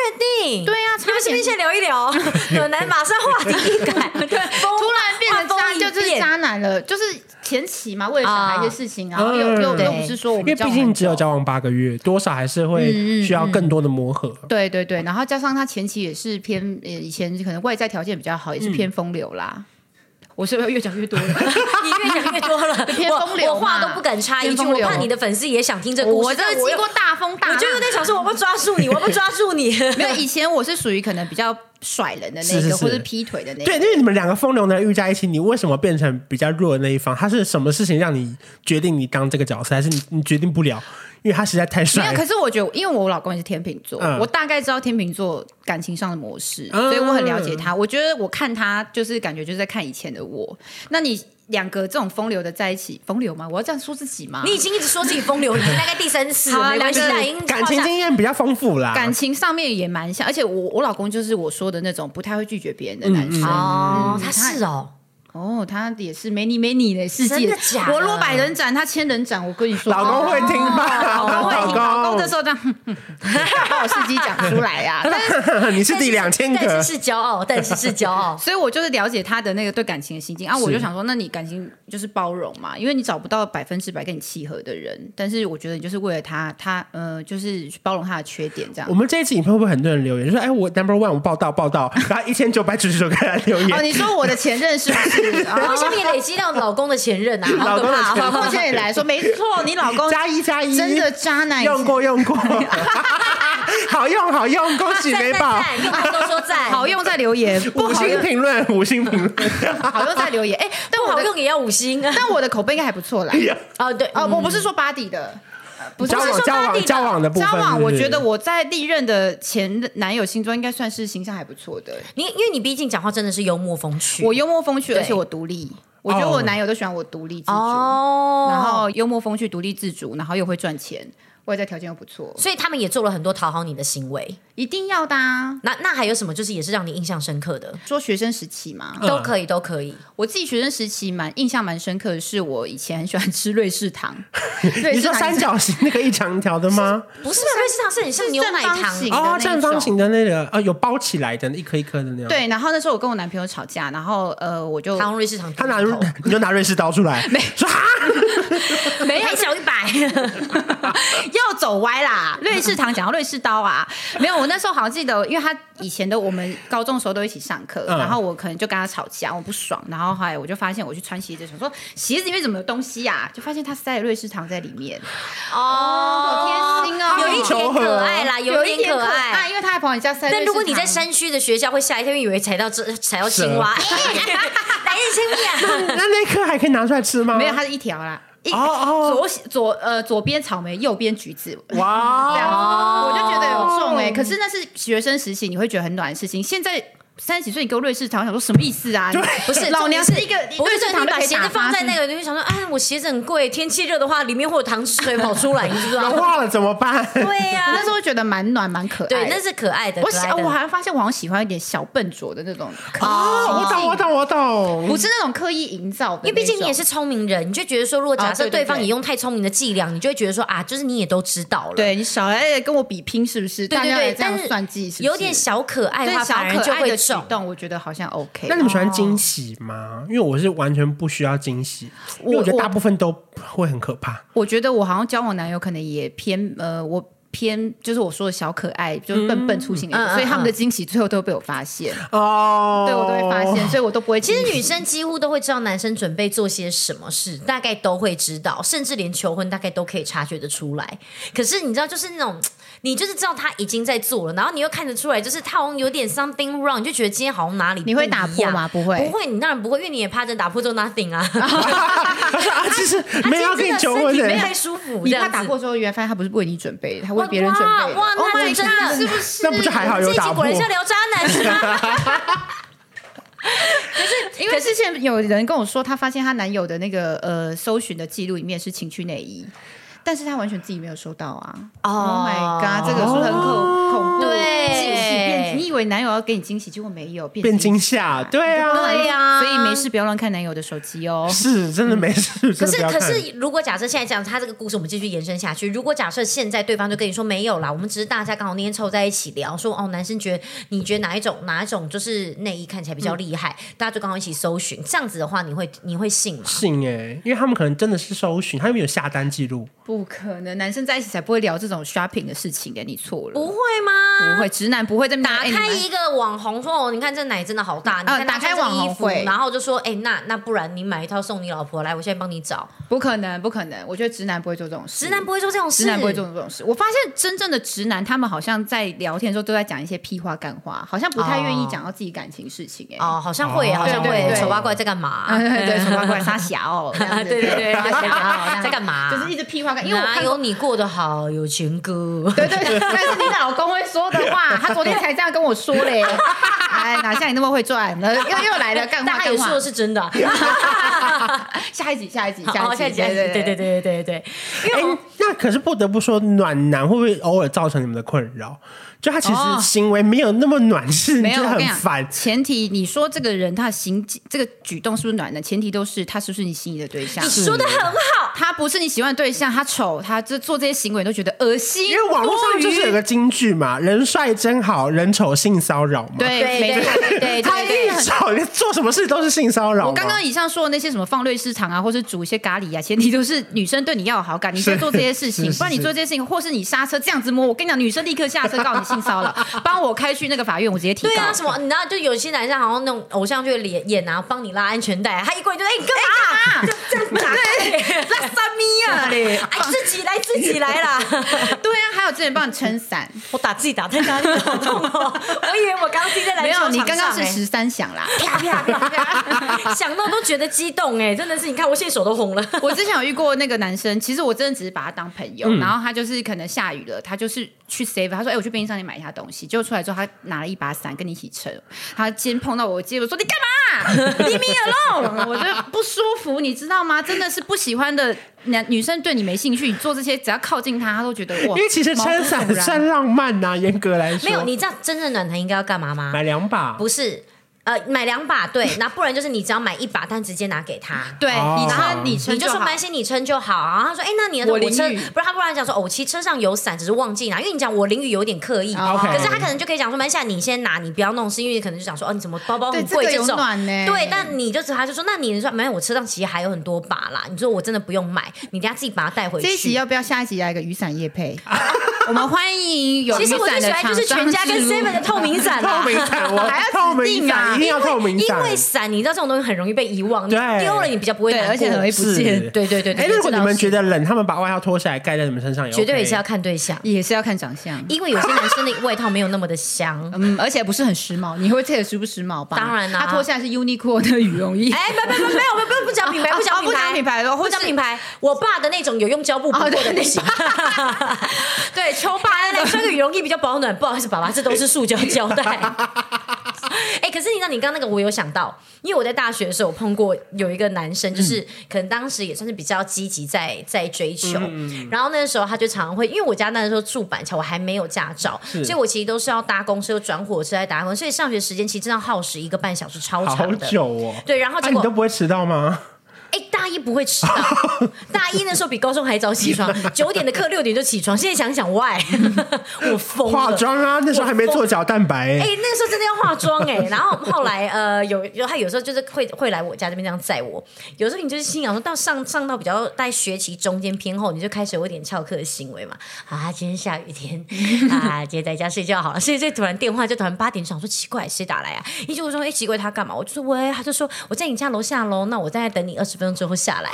定？对啊你差们点是不是先聊 一聊？暖男马上话题一改，突对，突然变成渣，就是渣男了，就是前期嘛，为了小孩一些事情啊，啊嗯又又对又不是说哦我因们为交往毕竟很嗯只有久交往八个月，多少还是会需要更多的磨合。对对对，然后加上他前期也是偏呃以前可能外在条件比较好，也是偏风流啦。嗯我是不是越讲越多 了？你越讲越多了， 偏风流我我话嘛都不敢插一偏句，风我流怕你的粉丝也想听这故事。我真的但我经又过大风大我浪，就有点想说，我不抓住你，我不抓住你。 没有以前我是属于可能比较甩人的那是个，是是或者劈腿的那个。对，因为你们两个风流男遇在一起，你为什么变成比较弱的那一方？他是什么事情让你决定你当这个角色，还是你你决定不了？因为他实在太没帅有，了可。是我觉得，因为我老公也是天秤座，嗯我大概知道天秤座感情上的模式，嗯所以我很了解他。我觉得我看他就是感觉就是在看以前的我。那你两个这种风流的在一起，风流吗？我要这样说自己吗？你已经一直说自己风流，你大概第三次好啊了，没关系，两个那已经感情经验比较丰富啦，感情上面也蛮像，而且我我老公就是我说的那种不太会拒绝别人的男生。嗯哦，他是哦，哦，他也是没你没你的世界，真的假的我若百人斩，他千人斩。我跟你说，老公会听吧？老公会听，哦老老公这时候这样，哼哼哼把我事迹讲出来呀、 但是。公， 你是但第两千但个是是骄傲，但是是骄傲 所以我就是了解他的那个对感情的心境啊，我就想说，那你感情就是包容嘛，因为你找不到百分之百跟你契合的人，但是我觉得你就是为了他，他呃，就是包容他的缺点这样我。们这一期影片会不会很多人留言就说：“哎，我 number one，我报道 报道。”然后一千九百九十九个人留哦，言，你说我的前任是不是？为啊什么你累积到老公的前任啊？好老可公的 怕前哦！目前也来说，没错，你老公加一加一，真的渣男，用过用 过，好用好用，恭喜赞美宝，赞赞，用完都说 赞，好用再留言，不 五好星用 评论， 五星评论。好用再留言。哎，但不我好的用也要五星啊！ 但我的口碑应该还不错 啦。哦，对，哦，嗯我不是说巴蒂的，呃不是交我是往说交巴蒂往的交往的部分，交往，我是不是觉得我在历任的前男友心中应该算是形象还不错的。你，因为你毕竟讲话真的是幽默风趣。我幽默风趣，对而且我独立。我哦觉得我男友都喜欢我独立自主，哦，然后幽默风趣、独立自主，然后又会赚钱，外在条件又不错，所以他们也做了很多讨好你的行为。一定要的啊！那那还有什么就是也是让你印象深刻的？说学生时期嘛，都可以，都可以。我自己学生时期蛮印象蛮深刻的是，我以前很喜欢吃瑞士 糖，瑞你士说糖三是角形 那个一长一条的吗？不是啊，瑞士糖是很像牛奶正方糖形哦，的那正一方种形的那个，呃，有包起来的，一颗一颗的那样。，对，然后那时候我跟我男朋友吵架，然后呃，我就他 用瑞士糖，他拿，哦你就拿瑞士刀出来，没说啊哈，没还小一 百，又走歪啦！瑞士糖讲到瑞士刀啊，没有，我那时候好像记得，因为他以前的我们高中的时候都一起上课，嗯然后我可能就跟他吵架，我不爽，然后后来我就发现我去穿鞋子，想说鞋子里面怎么有东西呀、就发现他塞了瑞士糖在里面，哦好贴心哦有一点可爱哎啦，有啊一点点可爱，爱。因为他还跑你家塞瑞士糖。但如果你在山区的学校，会吓一跳，因为以为踩到这踩到青蛙，哎 来一青 蛙。那那颗还可以拿出来吃吗？没有，它是一条啦，一哦哦左左呃左边草莓，右边橘子，哦这样，哇，我就觉得有中哎、可是那是学生时期，你会觉得很暖的事情。现在三十几岁，你给我瑞士糖，我想说什么意思啊？不是老娘重是点一个不瑞是士重点糖你都把可以鞋子打放发在那个，你就想说，哎，我鞋子很贵，天气热的话，里面会有糖水跑出来，你知不知融道？化了怎么办？ 对呀我那时候觉得蛮暖蛮可爱的。对，那是可爱的。我可喜爱的我还发现我好像喜欢一点小笨拙的那种，哦，我懂，我懂，我懂。不是那种刻意营造的那种，因为毕竟你也是聪明人，你就觉得说，如果哦假设对对对方对也用太聪明的伎俩，你就会觉得说啊，就是你也都知道了。对你少来跟我比拼是不是？对大对家来对，这但样是算计是不是有点小可爱的对话，小反而可就爱会的举中。动，我觉得好像 OK。那你们喜欢惊喜吗？因为我是完全不需要惊喜，因为我觉得我大部分都会很可怕。我觉得我好像交往男友可能也偏呃，我偏就是我说的小可爱，就是笨笨粗心的，嗯嗯所以他们的惊喜最后都被我发现，哦，对我都会发 现，。所以我都不会其惊喜。实女生几乎都会知道男生准备做些什么事，大概都会知道，甚至连求婚大概都可以察觉得出来。可是你知道，就是那种你就是知道他已经在做了，然后你又看得出来，就是他好像有点 something wrong，你就觉得今天好像哪里你会不一样打破吗不会不会，你当然不会，因为你也怕这打破就 nothing 啊。他说啊，其实没有要跟你求婚没的，太舒服，你这样怕子打破之后，原来发现他不是为你准备的，他哇为别人准备的。哇， Oh 那 my 就 god，真 的是不是？是那不就还好有这一集打破果？然是要聊渣男是吗？因为之前有人跟我说，她发现她男友的那个呃搜寻的记录里面是情趣内衣。但是他完全自己没有收到啊。 哦 Oh my god，这个是很恐恐怖，对惊喜变，你以为男友要给你惊喜，结果没有， 变变惊惊吓，对啊，对呀，所以没事不要乱看男友的手机哦。是真的没事。可真的是不要可看是，如果假设现在这样，他这个故事我们继续延伸下去。如果假设现在对方就跟你说没有啦，我们只是大家刚好那天凑在一起聊，说哦，男生觉得你觉得哪一种哪一种就是内衣看起来比较厉害，大家就刚好一起搜寻，这样子的话，你会你会信吗？信哎、因为他们可能真的是搜寻，他们有下单记录，不可能，男生在一起才不会聊这种 shopping 的事情的，哎你错了。不会吗？不会，直男不会这么哎打开一个网红说哦，你看这奶真的好大，你看他打开穿这网红衣服会然后就说哎，那那不然你买一套送你老婆来，我现在帮你找。不可能，不可能。我觉得直男不会做这种事，直男不会做这种事，直男不会做这种事。我发现真正的直男，他们好像在聊天的时候都在讲一些屁话、干话，好像不太愿意讲到自己感情事情、欸。哎、哦，好像会，好像对对会，对丑八怪在干嘛？ 对，丑八怪撒小，哦这 样子对对对撒小这 样在干嘛就是一直屁话干，因因为为我哪看有过。你过得好，有钱哥？对对对，但是你老公会说的话，他昨天才这样跟我说嘞。哎，哪像你那么会赚？又又来了，干但话他也干说话的。是真 的啊。哦下一集，下一集，好，下一一集，集，下一集，对对对对对对对，因哎、为我那可是不得不说，暖男会不会偶尔造成你们的困扰？就他其哦实行为没有那么暖是，你没有，觉得我跟很你讲，烦。前提你说这个人他的行这个举动是不是暖男，前提都是他是不是你心仪的对象你。说的很好，他不是你喜欢的对象，他丑，他这做这些行为你都觉得恶心。因为网络上就是有多余个金句嘛，“人帅真好，人丑性骚扰”嘛。，对，对没错，对他对对他一一定对很丑，你做什么事都是性骚扰嘛。我刚刚以上说的那些什么放瑞士糖啊，或是煮一些咖喱啊，前提都是女生对你要有好感，你才做这些事情是，是不然你做这些事情，或是你刹车这样子摸，我跟你讲，女生立刻下车告你性骚扰，帮我开去那个法院，我直接提告。对啊，什么你知道？就有些男生好像那种偶像剧里演啊，帮你拉安全带，他一过来就哎你干嘛？就这样打开，拉三米啊嘞！哎，自己来，自己来啦！ 对啊，还有之前帮你撑伞，我打自己打太大力，好痛哦！我以为我刚自己在篮没球有，场你刚刚是上哎十三响啦。 啪啪啪啪，想到都觉得激动哎，真的是，你看我现在手都 红了。我之前有遇过那个男生，其实我真的只是把他当朋友，然后他就是可能下雨了，他就是去 save，他说：“哎、我去便利商店买一下东西。”结果出来之后，他拿了一把伞跟你一起撑，他先碰到我，我接着说：“你干嘛？Leave me alone！” 我就不舒服，你知道吗？真的是不喜欢的男女生对你没兴趣，你做这些只要靠近他，他都觉得哇，因为其实撑伞毛骨悚然算浪漫呐、严格来说，没有，你知道真正暖男应该要干嘛吗？买两把，不是，呃，买两把 对，那不然就是你只要买一把，但直接拿给他。对，哦你撑你撑你就说好没关系，你撑就好。然后他说：“哎，那你的我淋我车雨不是他不然讲说，哦，我其实车上有伞，只是忘记拿。因为你讲我淋雨有点刻意，哦可是他可能就可以讲说，没下你先拿，你不要弄，是因为可能就想说，哦，你怎么包包对很这贵个这有种。暖呢、对，但你就只他就说，那你说没有，我车上其实还有很多把啦。你说我真的不用买，你等下自己把它带回去。这一集要不要下一集来个雨伞夜 配？我们欢迎有雨其实我伞最喜的欢厂就是全商家跟植入 Seven 的透明伞啦 透。明伞， 我还要指透明定啊伞一定要透明因伞，为伞，你知道这种东西很容易被遗忘，你对丢了你比较不会对，难过，而且很容易不是见。对对对对哎、对如果这你倒们是觉得冷，他们把外套脱下来盖在你们身上也、OK，绝对也是要看对象，也是要看长相，。因为有些男生的外套没有那么的香嗯，而且不是很时髦，你会记得时不时髦吧？当然啦啊他脱下来是 Uniqlo 的羽绒衣。 哎，不不不，没有，不不不讲品牌，不哦讲不品讲牌，品牌了或不讲是品牌。我爸的那种有用胶布包 哦对裹的不你行， 对，秋爸来来穿个羽绒衣比较保暖。不好意思，爸爸，这都是塑胶胶带。 哎、可是你知道，你刚刚那个我有想到，因为我在大学的时候我碰过有一个男生，嗯就是、可能当时也算是比较积极在在追求，嗯然后那时候他就常常会，因为我家那时候住板桥，我还没有驾照，所以我其实都是要搭公车、转火车来搭公车，所以上学时间其实真的耗时一个半小时，超好长的。久哦。对，然后啊，结你果都不会迟到吗？哎、大一不会 迟到，大一那时候比高中还早起床，九点的课六点就起床。现在想想，why？我 疯化了。妆啊，那时候还没做角蛋白、哎、那个时候真的要化妆哎、然后后来呃，有有他有时候就是会会来我家这边这样载我，有时候你就是心想说到上上到比较在学期中间偏后，你就开始有一点翘课的行为嘛。啊，今天下雨天啊，今天在家睡觉好了。所以这突然电话就突然八点，想说奇怪谁打来啊？一就我说哎、奇怪他干嘛？我就说喂，他就说我在你家楼下喽，那我在等你二十分钟之后下来。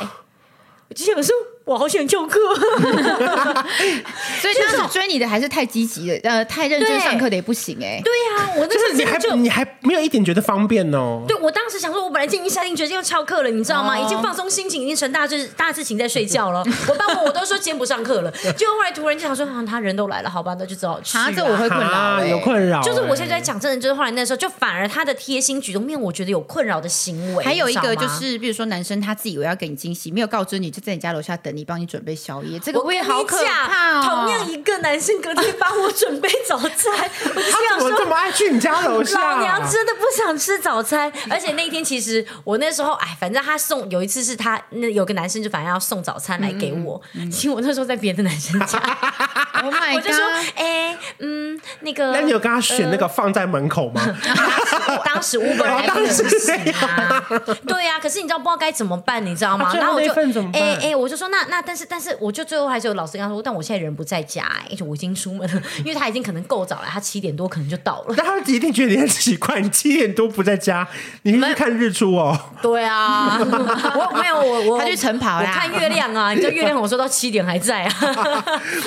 我就想说，我好想翘课。 所以当时追你的还是太积极了，呃，太认真对上课的也不行哎。对呀、我那就是时候你真的还就你还没有一点觉得方便哦。对，我当时想说，我本来已经下定决心要翘课了，你知道吗？哦已经放松心情，已经成大志大志情在睡觉 了。我爸我我都说今天不上课了，结果后来突然就想说，啊，他人都来了，好吧，那就只好去、啊。啊，这我会困扰啊，哎。有困扰、 就是我现在哎在讲，真的就是后来那时候，就反而他的贴心举动，让我觉得有困扰的行为。还有一你个知道就吗是，比如说男生他自以为要给你惊喜，没有告知你，就在你家楼下等等你帮你准备宵夜，这个我跟也你好可怕讲，哦。同样一个男生隔天帮我准备 早餐，我就他想怎么这说。么爱去你家楼老下？娘真的不想吃早餐，而且那一天其实我那时候哎，反正他送有一次是他那有个男生就反正要送早餐来给我，嗯其实我那时候在别的男生家， Oh my 我就说 god！哎、嗯那个，那你有跟他选那个放在门口吗？当时 Uber 然还后不哦当能时是这样，啊对啊呀、可是你知道不知道该怎么办，你知道吗？啊最后然后我就那份怎么办哎、我就说那那但是但是我就最后还是有老师跟他说，但我现在人不在家、哎，而且我已经出门了，因为他已经可能够早了，他七点多可能就到了。那他一定觉得你很奇怪，你七点多不在家，你是去看日出哦。对啊， 我没有我我他去晨跑啦我看月 亮啊，你知道月亮我说到七点还在啊，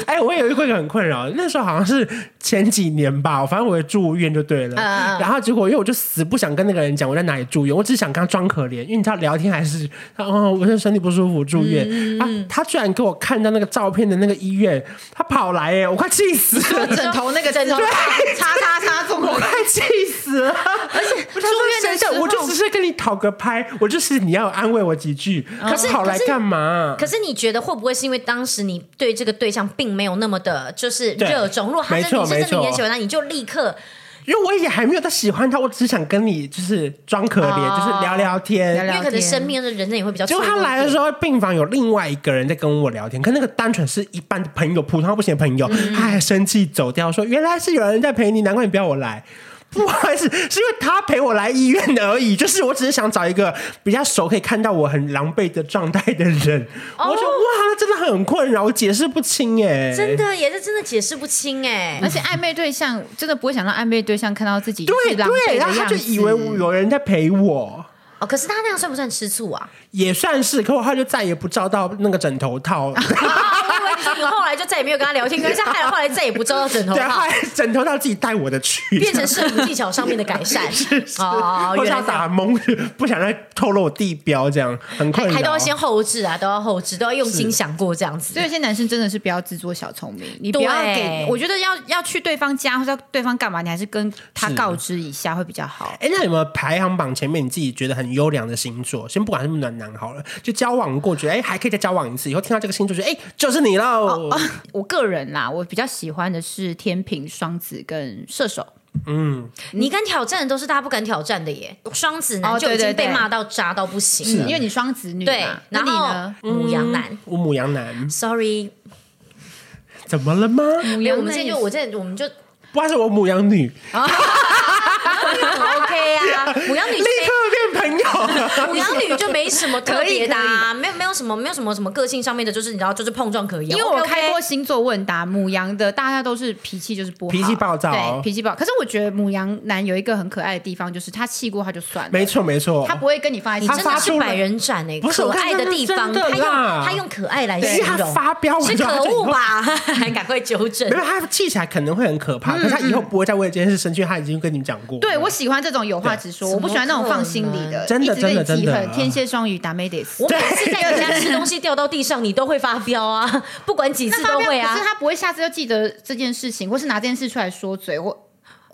哎，我也有一个很困扰，那时候好像是前几年吧，反正我也住院就对了。嗯嗯然后结果因为我就死不想跟那个人讲我在哪里住院，我只想跟他装可怜，因为你知道聊天还是他哦，我是身体不舒服住院。嗯啊，他居然给我看到那个照片的那个医院，他跑来哎，我快气死了，枕头那个枕头，叉叉叉中我快气死了！而且住院的时候我就只是跟你讨个拍，我就是你要安慰我几句，可是跑来嗯可是干嘛？可是你觉得会不会是因为当时你对这个对象并没有那么的，就是对热衷？如果他没真错的你是没真的错很喜欢他，你就立刻因为我也还没有到喜欢他，我只是想跟你就是装可怜，哦就是聊聊天。聊因聊为可能生命的人生也会比较结脆果弱一他点。来的时候，病房有另外一个人在跟我聊天，可那个单纯是一般的朋友，普通到不行的朋友，他还生气走掉，说原来是有人在陪你，难怪你不要我来。不好意思，是因为他陪我来医院而已，就是我只是想找一个比较熟，可以看到我很狼狈的状态的人。我觉得哇，那真的很困扰，我解释不清哎、真。的也是真的解释不清哎、嗯而且暧昧对象真的不会想让暧昧对象看到自己就是对狼狈的对，然后他就样子以为有人在陪我，哦，可是他那样算不算吃醋啊？也算是，可我后来就再也不照到那个枕头 套，啊，我以为你说你后来就再也没有跟他聊天，可是他后来再也不照到枕 头对，后套，来枕头套自己带我的去，变成摄影技巧上面的 改善。哦，我想原来这样打蒙，不想再透露我地标，这样很困还扰。还都要先后置啊，都要后置，都要用心想过这样子所以。有些男生真的是不要自作小聪明，你不要给对，我觉得要要去对方家或者要对方干嘛，你还是跟他告知一下会比较好。哎，那有没有排行榜前面你自己觉得很优良的星座？先不管是不是暖男好了，就交往过，觉得哎还可以再交往一次，以后听到这个星座，觉得哎就是你喽。我个人啦，我比较喜欢的是天平、双子跟射手。你敢挑战的都是大家不敢挑战的耶，双子哦男就对已对经被对骂到渣到不行因了。为你双子女对嘛，，那然你呢？后嗯母羊男我母羊男，sorry，怎么了吗？没有我们这这就我这我们就不还是我母羊女，立 OK 啊，母羊女就没刻变朋友。母羊女就没什么特别的、可啊，没有没有什么没有什么什么个性上面的，就是你知道，就是碰撞可以因啊、为我 OK，OK 开过星座问答，母羊的大家都是脾气就是不好，脾气暴躁对，脾气暴。可是我觉得母羊男有一个很可爱的地方，就是他气过他就算了， 没错没错，他不会跟你放在你心真上。的发是出了百人斩哎、不是可爱地方，我看真的他用啦他用可爱来因为形他容，发飙，我是就可恶吧？还 赶快纠正没。有，他气起来可能会很可怕，可是他以后不会再为这件事生气，他已经跟你们讲过。对，我喜欢这种有话直说，对我不喜欢那种放心里的，怎么一可能直跟你真的真的记真恨。的天蝎、双鱼、达妹得死我。每次在人家吃东西掉到地上，你都会发飙啊，不管几次那都发会飙，啊可是。他不会下次就记得这件事情，或是拿这件事出来说嘴。我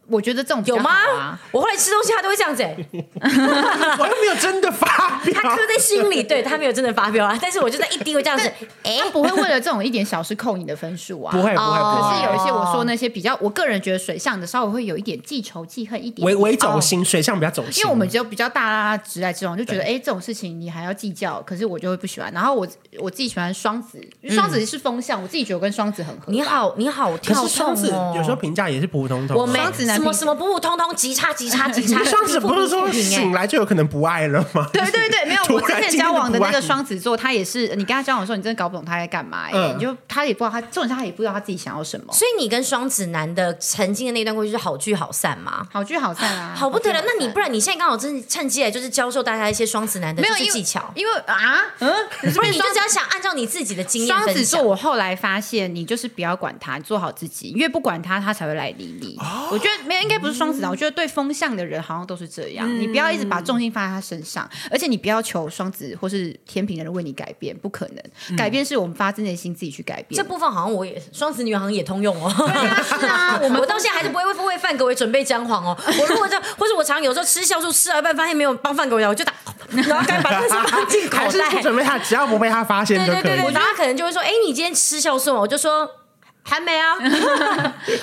我觉得这种比较有好吗啊？？我后来吃东西，他都会这样子、欸， 我又没有真的发飙他。刻在心里。对他没有真的发飙啊，但是我就在一滴会这样子，哎、他不会为了这种一点小事扣你的分数啊。不会不会，不可会是有一些我哦说那些比较，我个人觉得水象的稍微会有一点记仇记恨一点点，为为走心，水象比较走心。哦因为我们只有比较大啦啦直来直往，就觉得哎、诶这种事情你还要计较，可是我就会不喜欢。然后我我自己喜欢双子，因为双子是风象，我自己觉得我跟双子很合。嗯你，好，你好可跳动是哦。双子有时候评价也是普普通通。我没双子男什么平什么普普通通，极差极差极差， 双子不是不说平哎醒。来就有可能不爱了吗？ 对对对，没有。我 突然之前间交往的那就个不爱双子座，他也是，你跟他交往的时候，你真的搞不懂他在干嘛、诶欸嗯你就他也不知道他，重点是他也不知道他自己想要什么。所以你跟双子男的曾经的那段关系是好聚好散吗？好聚好散啊，好不得了，聚那散你不然你现在刚好真的趁机来就是教授大家一些双子男的没有就是因为技巧，因为啊，嗯，不然你就只要想按照你自己的经验双子分座，享。我后来发现，你就是不要管他，做好自己，因为不管他，他才会来理你。我觉得没有，应该不是双子啊座，我觉得对风向的人好像都是这样，你不要一直把重心放在他身上，而且你不要求双子或是天平的人为你改变，不可能。改变是我们发自内心自己去改变。这部分好像我也双子女好像也通用哦， 是啊，我们我到现在还是不会为为饭给我准备姜黄哦。我如果这或者我常有时候吃酵素吃到一半发现没有帮饭给我，我就打然后该把东西放进口还是不袋。准 备他，只要不被他发现对就对可对对，以。然后他可能就会说：“哎，你今天吃孝顺吗？”我就说：“还没啊。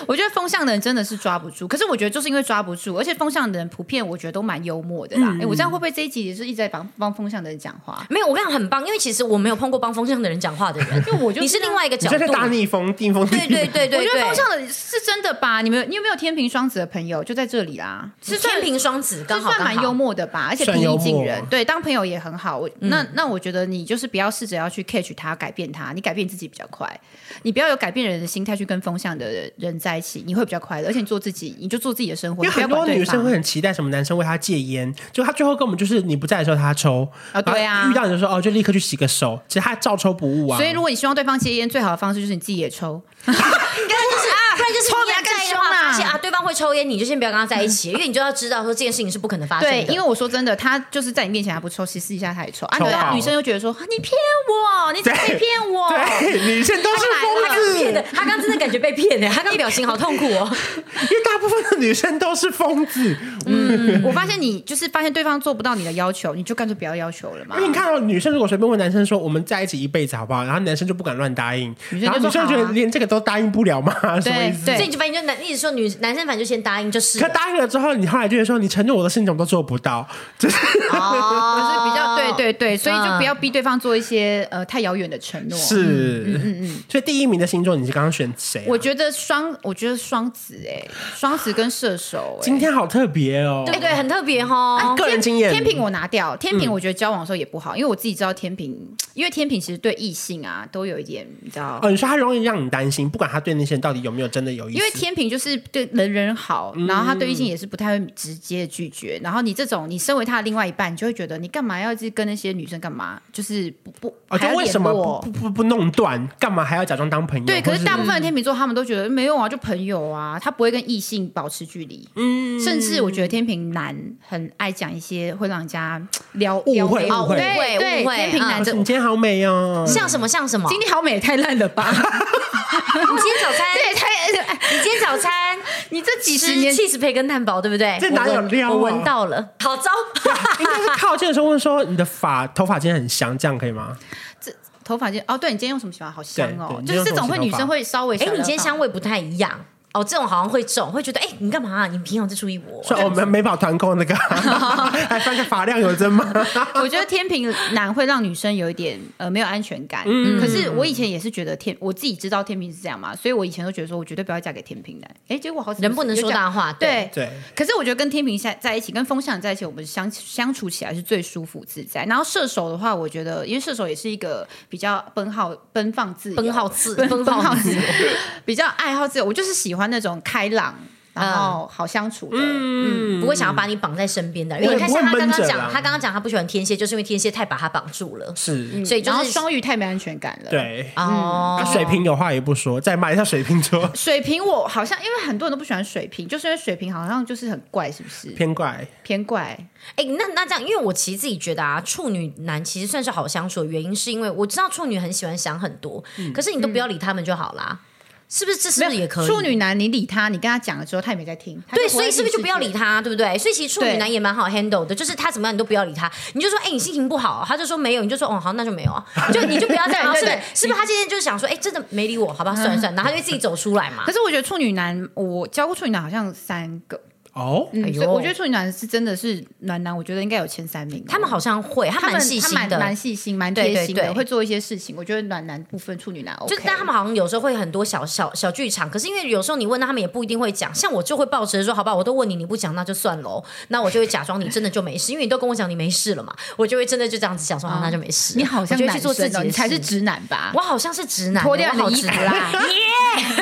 我觉得风向的人真的是抓不住，可是我觉得就是因为抓不住，而且风向的人普遍我觉得都蛮幽默的啦。哎、我这样会不会这一集也是一直在帮帮风向的人讲话”？没有，我跟你讲很棒，因为其实我没有碰过帮风向的人讲话的人，因为我就你是另外一个你角这度是。大逆风、逆风，对对对对我觉得对风，向的是真的吧？你们有你有没有天平双子的朋友就在这里啦？是天平双子，刚这好算刚蛮好幽默的吧，而且平算幽易默近人，对，当朋友也很好。我、那嗯那我觉得你就是不要试着要去 catch 他，改变他，你改变自己比较快。你不要有改变人的心态去跟风向的人在一起，你会比较快乐，而且你做自己，你就做自己的生活，因为你不很要管多对女生方会很期待什么男生为她戒烟，就她最后根本就是你不在的时候她抽啊对啊然后遇到你就说哦，就立刻去洗个手，其实她照抽不误啊。所以，如果你希望对方戒烟，最好的方式就是你自己也抽。就是啊，不然就是抽你得要更在意的凶话，啦发现啊对方会抽烟，你就先不要跟他在一起，因为你就要知道说这件事情是不可能发生对啊的。，因为我说真的，他就是在你面前他不抽，其实私底下他也抽。啊，抽对啊爆女生又觉得说啊你骗我，你怎么会对骗我？ 对女生都是他疯刚刚子，骗的，他刚真的感觉被骗的，他刚表情好痛苦哦。因为大部分的女生都是疯子。嗯我发现你就是发现对方做不到你的要求，你就干脆不要要求了嘛因。为你看到、女生如果随便问男生说我们在一起一辈子好不好，然后男生就不敢乱答应，女生就然后女说生好啊觉得连这个都答应不了吗？什么意对思？所以对你，就反正就男，一直说女男生反正就先答应就是了可。答应了之后，你后来就会说你承诺我的事情怎么都做不到，就是可哦是比较对对对，所以就嗯不要逼对方做一些呃太遥远的承诺。，嗯是，所以第一名的星座你是刚刚选谁啊、我觉得双，我觉得双子哎，双子跟射手哎今。天好特别哦，对对，很特别哈。个人经验，嗯天平我拿掉，天平我觉得交往的时候也不好，因为我自己知道天平，因为天平其实对异性啊都有一点，你知道，哦，你说他容易让你担心，不管他对那些人到底有没有真的有意思，嗯因为天平就是对人人好，然后他对异性也是不太会直接拒绝，然后你这种你身为他的另外一半，你就会觉得你干嘛要去跟那些女生干嘛，就是不不，哦，就还要为什联么络不不不不弄断，干嘛还要假装当朋友？对，可或是大部分的天秤座他们都觉得没有啊，就朋友啊，他不会跟异性保持距离。嗯，甚至我觉得天秤男很爱讲一些会让人家撩会撩妹误会对对误会啊天秤男或是这啊你今天好美 哦，像什么像什么？今天好美也太烂了吧？ 你今天早餐，对，太呃你今天早餐，你这几十吃年 cheese 培根蛋堡，对不对？这哪有我闻料啊我闻到了，好糟。应该是靠近的时候问说你的发头发今天很香，这样可以吗？头发就哦，对你今天用什么洗发好香对对哦你，今就天是用这种什么会洗女头生发会稍微哎，想 你今天到香味不太一样哦，这种好像会中，会觉得哎，你干嘛？你平常在注意我？说我们美宝团购 那个，还翻个发量有针吗？我觉得天平男会让女生有一点呃没有安全感。嗯可是我以前也是觉得天，我自己知道天平是这样嘛，所以我以前都觉得说我绝对不要嫁给天平男。哎，结果好死人不能死说就嫁大话，对对，可是我觉得跟天平在在一起，跟风象在一起，我们相相处起来是最舒服自在。然后射手的话，我觉得因为射手也是一个比较奔好、奔放自由、奔好自奔奔放好自自 由由，比较爱好自由。我就是喜欢那种开朗，然后嗯好相处的。不会想嗯要把你绑在身边的。因为对你看，像不会他刚闷着刚啦讲，他刚刚讲他不喜欢天蝎，就是因为天蝎太把他绑住了，是，所以就嗯然后是双鱼嗯太没安全感了。。对。嗯哦那，水瓶有话也不说，再骂一下水瓶座 水瓶我好像，因为很多人都不喜欢水瓶，就是因为水瓶好像就是很怪，是不是？偏怪。偏怪，哎、那那这样，因为我其实自己觉得啊，处女男其实算是好相处的原因，是因为我知道处女很喜欢想很多，嗯可是你都不要理他们就好啦，是不是？这是不是也可以？处女男，你理他，你跟他讲了之后，他也没在听。他就对，活所以在是不是自己就不要世界理他，对不对？所以其实处女对男也蛮好 handle 的，就是他怎么样你都不要理他，你就说，哎、你心情不好啊、他就说没有，你就说，哦，好，那就没有啊，就你就不要对对再是不是对？是不是他今天就是想说，哎、真的没理我，好吧，算 了算了，然后他就自己走出来嘛可。是我觉得处女男，我教过处女男好像三个，哦，嗯哎呦所以我觉得处女男是真的是暖男，我觉得应该有前三名哦。他们好像会，他他们蛮细心他的，蛮蛮细心，蛮贴心对对的，对会做一些事情。我觉得暖男部分处女男 OK，就是，但他们好像有时候会很多小小小剧场，可是因为有时候你问他，他们也不一定会讲。像我就会抱持着说，好吧，我都问你，你不讲那就算喽。那我就会假装你真的就没事，因为你都跟我讲你没事了嘛，我就会真的就这样子想说，啊那就没哦事。你好像我就会男去做自己生哦的你才是事，直男吧？我好像是直男， 脱掉我你的好衣直服男啊啦！哎，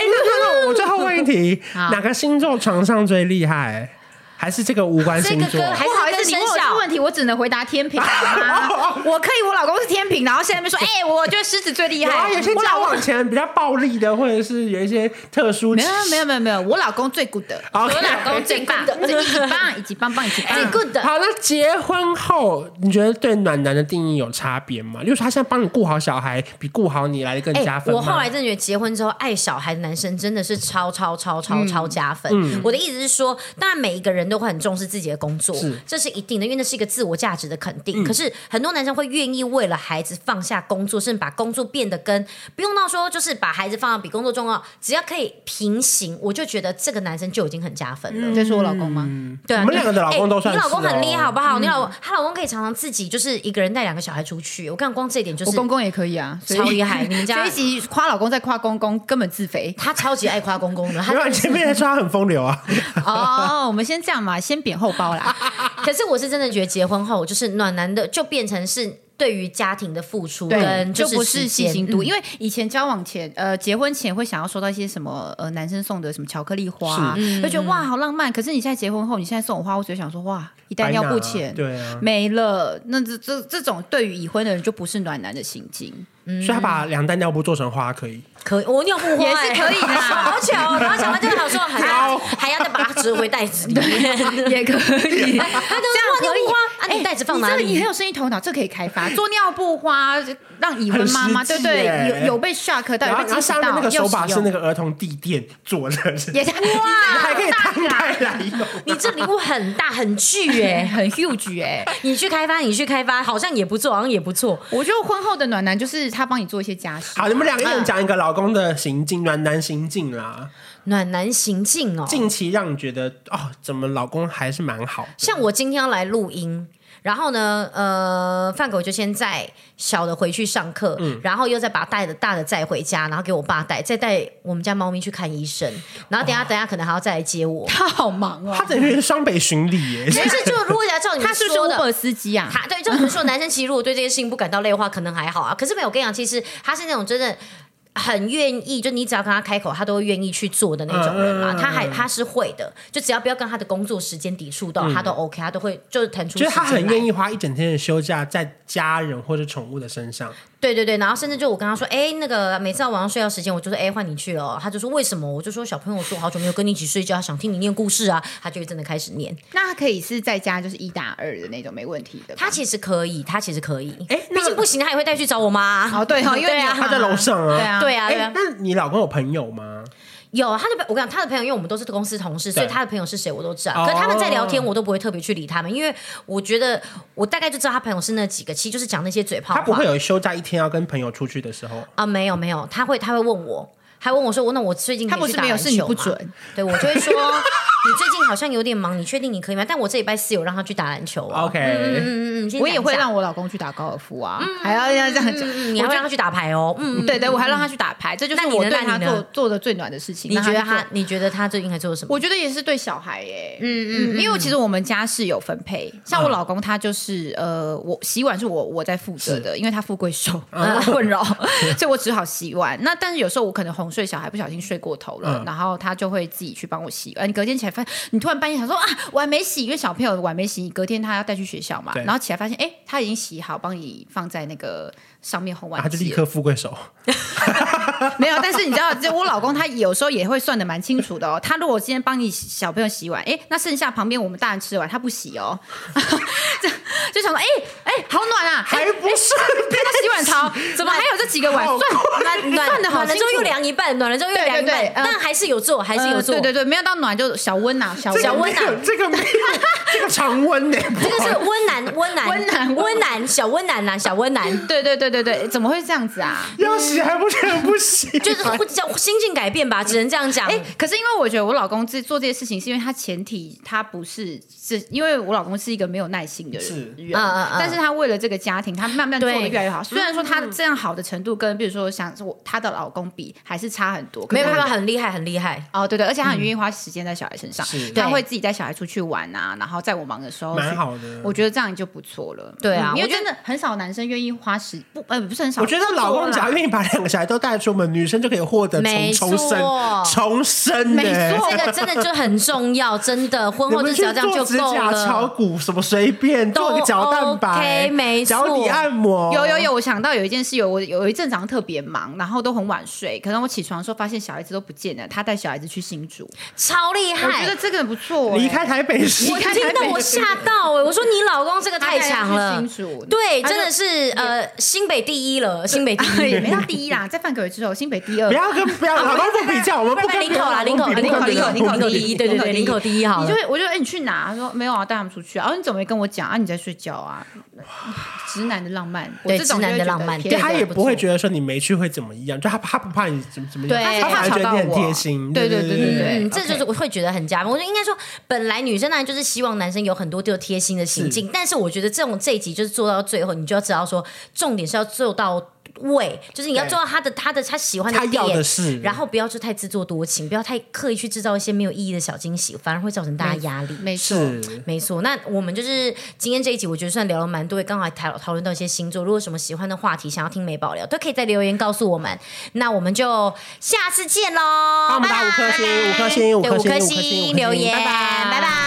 那那我最后问一 题，好哪个星座床上最厉害？还是这个无关星这座个？跟还不好意还思，是你跟问我生这肖个问题，我只能回答天平好吗 我可以，我老公是天平，然后现在在那边说，哎，我觉得狮子最厉然啊害。后有些我交老公往前比较暴力的，或者是有一些特殊哦没有没有没有没有，我老公最 good 的，哦 OK 我老 公最棒，一级棒，一级棒棒，一级棒，最哎 good 的。好，那结婚后，你觉得对暖男的定义有差别吗？例如说，他现在帮你顾好小孩，比顾好你来的更加分吗、哎我后来真的觉得结婚之后爱小孩的男生真的是超超超超嗯超加分。我的意思是说，当然每一个人都会很重视自己的工作是，嗯这是一定的，因为那是一个自我价值的肯定。可是很多男生会愿意为了孩子放下工作，甚至把工作变得跟不用到说就是把孩子放到比工作重要，只要可以平行，我就觉得这个男生就已经很加分了。你在说嗯我老公吗？对啊，嗯我们两个的老公都哎算你老公是哦很厉害，好不好？你老她老公可以常常自己就是一个人带两个小孩出去。我看光这一点就是我公公也可以啊， 所以超厉害你们家。这一集夸老公再夸公公，根本自肥他超级爱夸公公的，他没有，你前面还说他很风流 啊，哦，我们先这样嘛，先扁后包 啦。 可是我是真的觉得结婚后，就是暖男的就变成是对于家庭的付出跟就不是是时细间嗯心度，因为以前交往前，呃，结婚前会想要收到一些什么，呃，男生送的什么巧克力花啊，就觉得哇好浪漫。可是你现在结婚后，你现在送我花，我只会想说哇，一袋尿布钱对啊，没了，那这这这种对于已婚的人就不是暖男的行径。嗯所以他把两袋尿布做成花可以。可以，我尿布花欸也是可以的好巧哦。然后讲完这个，好说还要还要再把它折回袋子里面， 也可以，他都哇尿布花，啊，哎你袋子放哪你这个你里很？有生意头脑，这可以开发做尿布花，让已婚妈妈很对实际不对？耶有有被 shock 到，然有后被然惊后喜上面到，那个手把是那个个儿童地垫做的，也是哇， 还可以摊开来用。你这礼物很大很巨哎，哎，很 huge 哎、你去开发，你去开发，好像也不错，好像也不错。我觉得婚后的暖男就是他帮你做一些家事， 好，你们两个一人讲一个老公的行径，暖男行径啦。暖男行径哦，近期让你觉得哦，怎么老公还是蛮好的？像我今天要来录音，然后呢，呃，范狗就先载小的回去上课，嗯然后又再把带的大的载回家，然后给我爸带，再带我们家猫咪去看医生，然后等一下等一下可能还要再来接我。他好忙哦他等于是双北巡礼耶， 但是就如果要照你他们是不是乌说的。尔司机啊？他对，就比如说男生其实如果对这些事情不感到累的话，可能还好啊。可是没有，我跟你讲，其实他是那种真的很愿意，就你只要跟他开口，他都会愿意去做的那种人嘛。嗯嗯嗯他还他是会的，就只要不要跟他的工作时间抵触到，他都 OK，他都会就是腾出嗯时就是间他很来愿意花一整天的休假在家人或者宠物的身上。对对对，然后甚至就我跟他说，哎，那个每次到晚上睡觉时间，我就说，哎，换你去了哦。他就说为什么？我就说小朋友，我说好久没有跟你一起睡觉，想听你念故事啊。他就会真的开始念。那他可以是在家就是一打二的那种，没问题的吧。他其实可以，他其实可以，哎那毕竟不行，他也会带去找我妈。哦对哦，因为对你啊有他在楼上啊对啊，对啊，对哎啊，，那你老公有朋友吗？有他的朋，我跟你讲，他的朋友，因为我们都是公司同事，所以他的朋友是谁我都知道。哦可是他们在聊天，我都不会特别去理他们，因为我觉得我大概就知道他朋友是那几个，其实就是讲那些嘴炮他不话会。有休假一天要跟朋友出去的时候。啊，没有没有，他会他会问我，还问我说，我那我最近可他以不去是打没有，篮是你球不吗准。对，我就会说 你最近好像有点忙，你确定你可以吗？但我这礼拜四有让他去打篮球哦。 OK，、嗯嗯，先我也讲一会下让我老公去打高尔夫啊，还要要这样讲。嗯，你还会让他去打牌哦。嗯，对对，我还让他去打牌，这就是那你呢我对那他你呢做做的最暖的事情。你让觉得去做他？你觉得他最近还做什么？我觉得也是对小孩耶、嗯嗯，因为其实我们家是有分配，像我嗯老公他就是、呃，我洗碗是我我在负责的，因为他富贵手、嗯 困扰， 所以我只好洗碗。那但是有时候我可能哄睡小孩不小心睡过头了，嗯然后他就会自己去帮我洗呃碗。你隔天起来发现，你突然半夜想说啊，碗没洗，因为小朋友的碗没洗，你隔天他要带去学校嘛，对然后起来发现哎、他已经洗好，帮你放在那个上面烘碗然啊后他就机立了刻富贵手。没有，但是你知道，就我老公他有时候也会算的蛮清楚的哦。他如果今天帮你小朋友洗碗，哎，那剩下旁边我们大人吃完，他不洗哦， 就就想说，哎哎，好暖啊，还还不是他洗碗槽，怎么还有这几个碗好算？暖 算暖得好暖了之后清楚又凉一半，暖了之后又对对凉一对半，呃但还是有做，还是有呃做。对对对，没有到暖就小温呐、小温这个小温没啊有，这个没有，这个常温呢、 这个是嗯温男，温男，温男温男，小温男 啦，小温男，对对对对对，怎么会这样子啊？要洗还不全不洗，就是 不叫心境改变吧，只能这样讲哎、。可是因为我觉得我老公这做这些事情，是因为他前提他不是是因为我老公是一个没有耐心的人，是人嗯嗯嗯但是他为了这个家庭，他慢慢做对嗯的越来越好。虽然说他这样好的程度跟比如说像我他的老公比，还是差很多，可没是有，他他。很厉害，很 厉害。哦，对对，而且他很愿意花时间在小孩身上，是他对会自己带小孩出去玩啊，然后在我忙的时候去，蛮好的我觉得这样就不错了。对啊嗯因为我觉真得的很少男生愿意花时不呃不是很少，我觉得不多老公啦只要哦愿意把两个小孩都带出门，女生就可以获得重没重生错重生呢、没错这个真的就很重要，真的，婚你后们就去只要这样做就指够甲、了。敲骨什么随便都做个脚蛋白 OK，没错脚底按摩，有有有，我想到有一件事，有我有一阵早上特别忙，然后都很晚睡，可能我起床的时候发现小孩子都不见了，他带小孩子去新竹，超厉我觉害得！这个不错、欸，离开台北市我，听到我吓到哎、我说你老公这个太他带强他了去，新竹对，他就真的是哎呃新北第一了，新北第一。 也没到第一啦，在范可为之后，新北第二不。要跟不要老公不比较，笑，我们不拜拜跟林口啦，林口，我们林不口，跟林别口，人林口比不跟第别一，人对对对，林林口口第一好你就。了会，我就哎，你去哪？他说没有啊，带他们出去啊。哦，你怎么没跟我讲啊？你在睡觉啊？直男的浪漫，我对这种直男就会觉的得浪漫偏对对他对也不不会错觉得说你没去会怎么样，就他他不怕你怎么怎么样，对他他反而觉吵得到你很我贴心，对对对对对嗯，对这就是我会觉得很加分。我觉得应该说，本来女生当然就是希望男生有很多就贴心的行径，但是我觉得这种这一集就是做到最后，你就要知道说，重点是要做到位，就是你要对做到他的他的他喜欢的他要点的是然后不要就太自作多情，不要太刻意去制造一些没有意义的小惊喜，反而会造成大家压力。没错。是。没错，那我们就是今天这一集，我觉得算聊了蛮多，也刚好还讨讨论到一些星座。如果有什么喜欢的话题，想要听美宝聊，都可以在留言告诉我们。那我们就下次见喽，帮我们打五颗星，五颗星，对颗五星，五颗颗星，五颗留言，拜拜，拜拜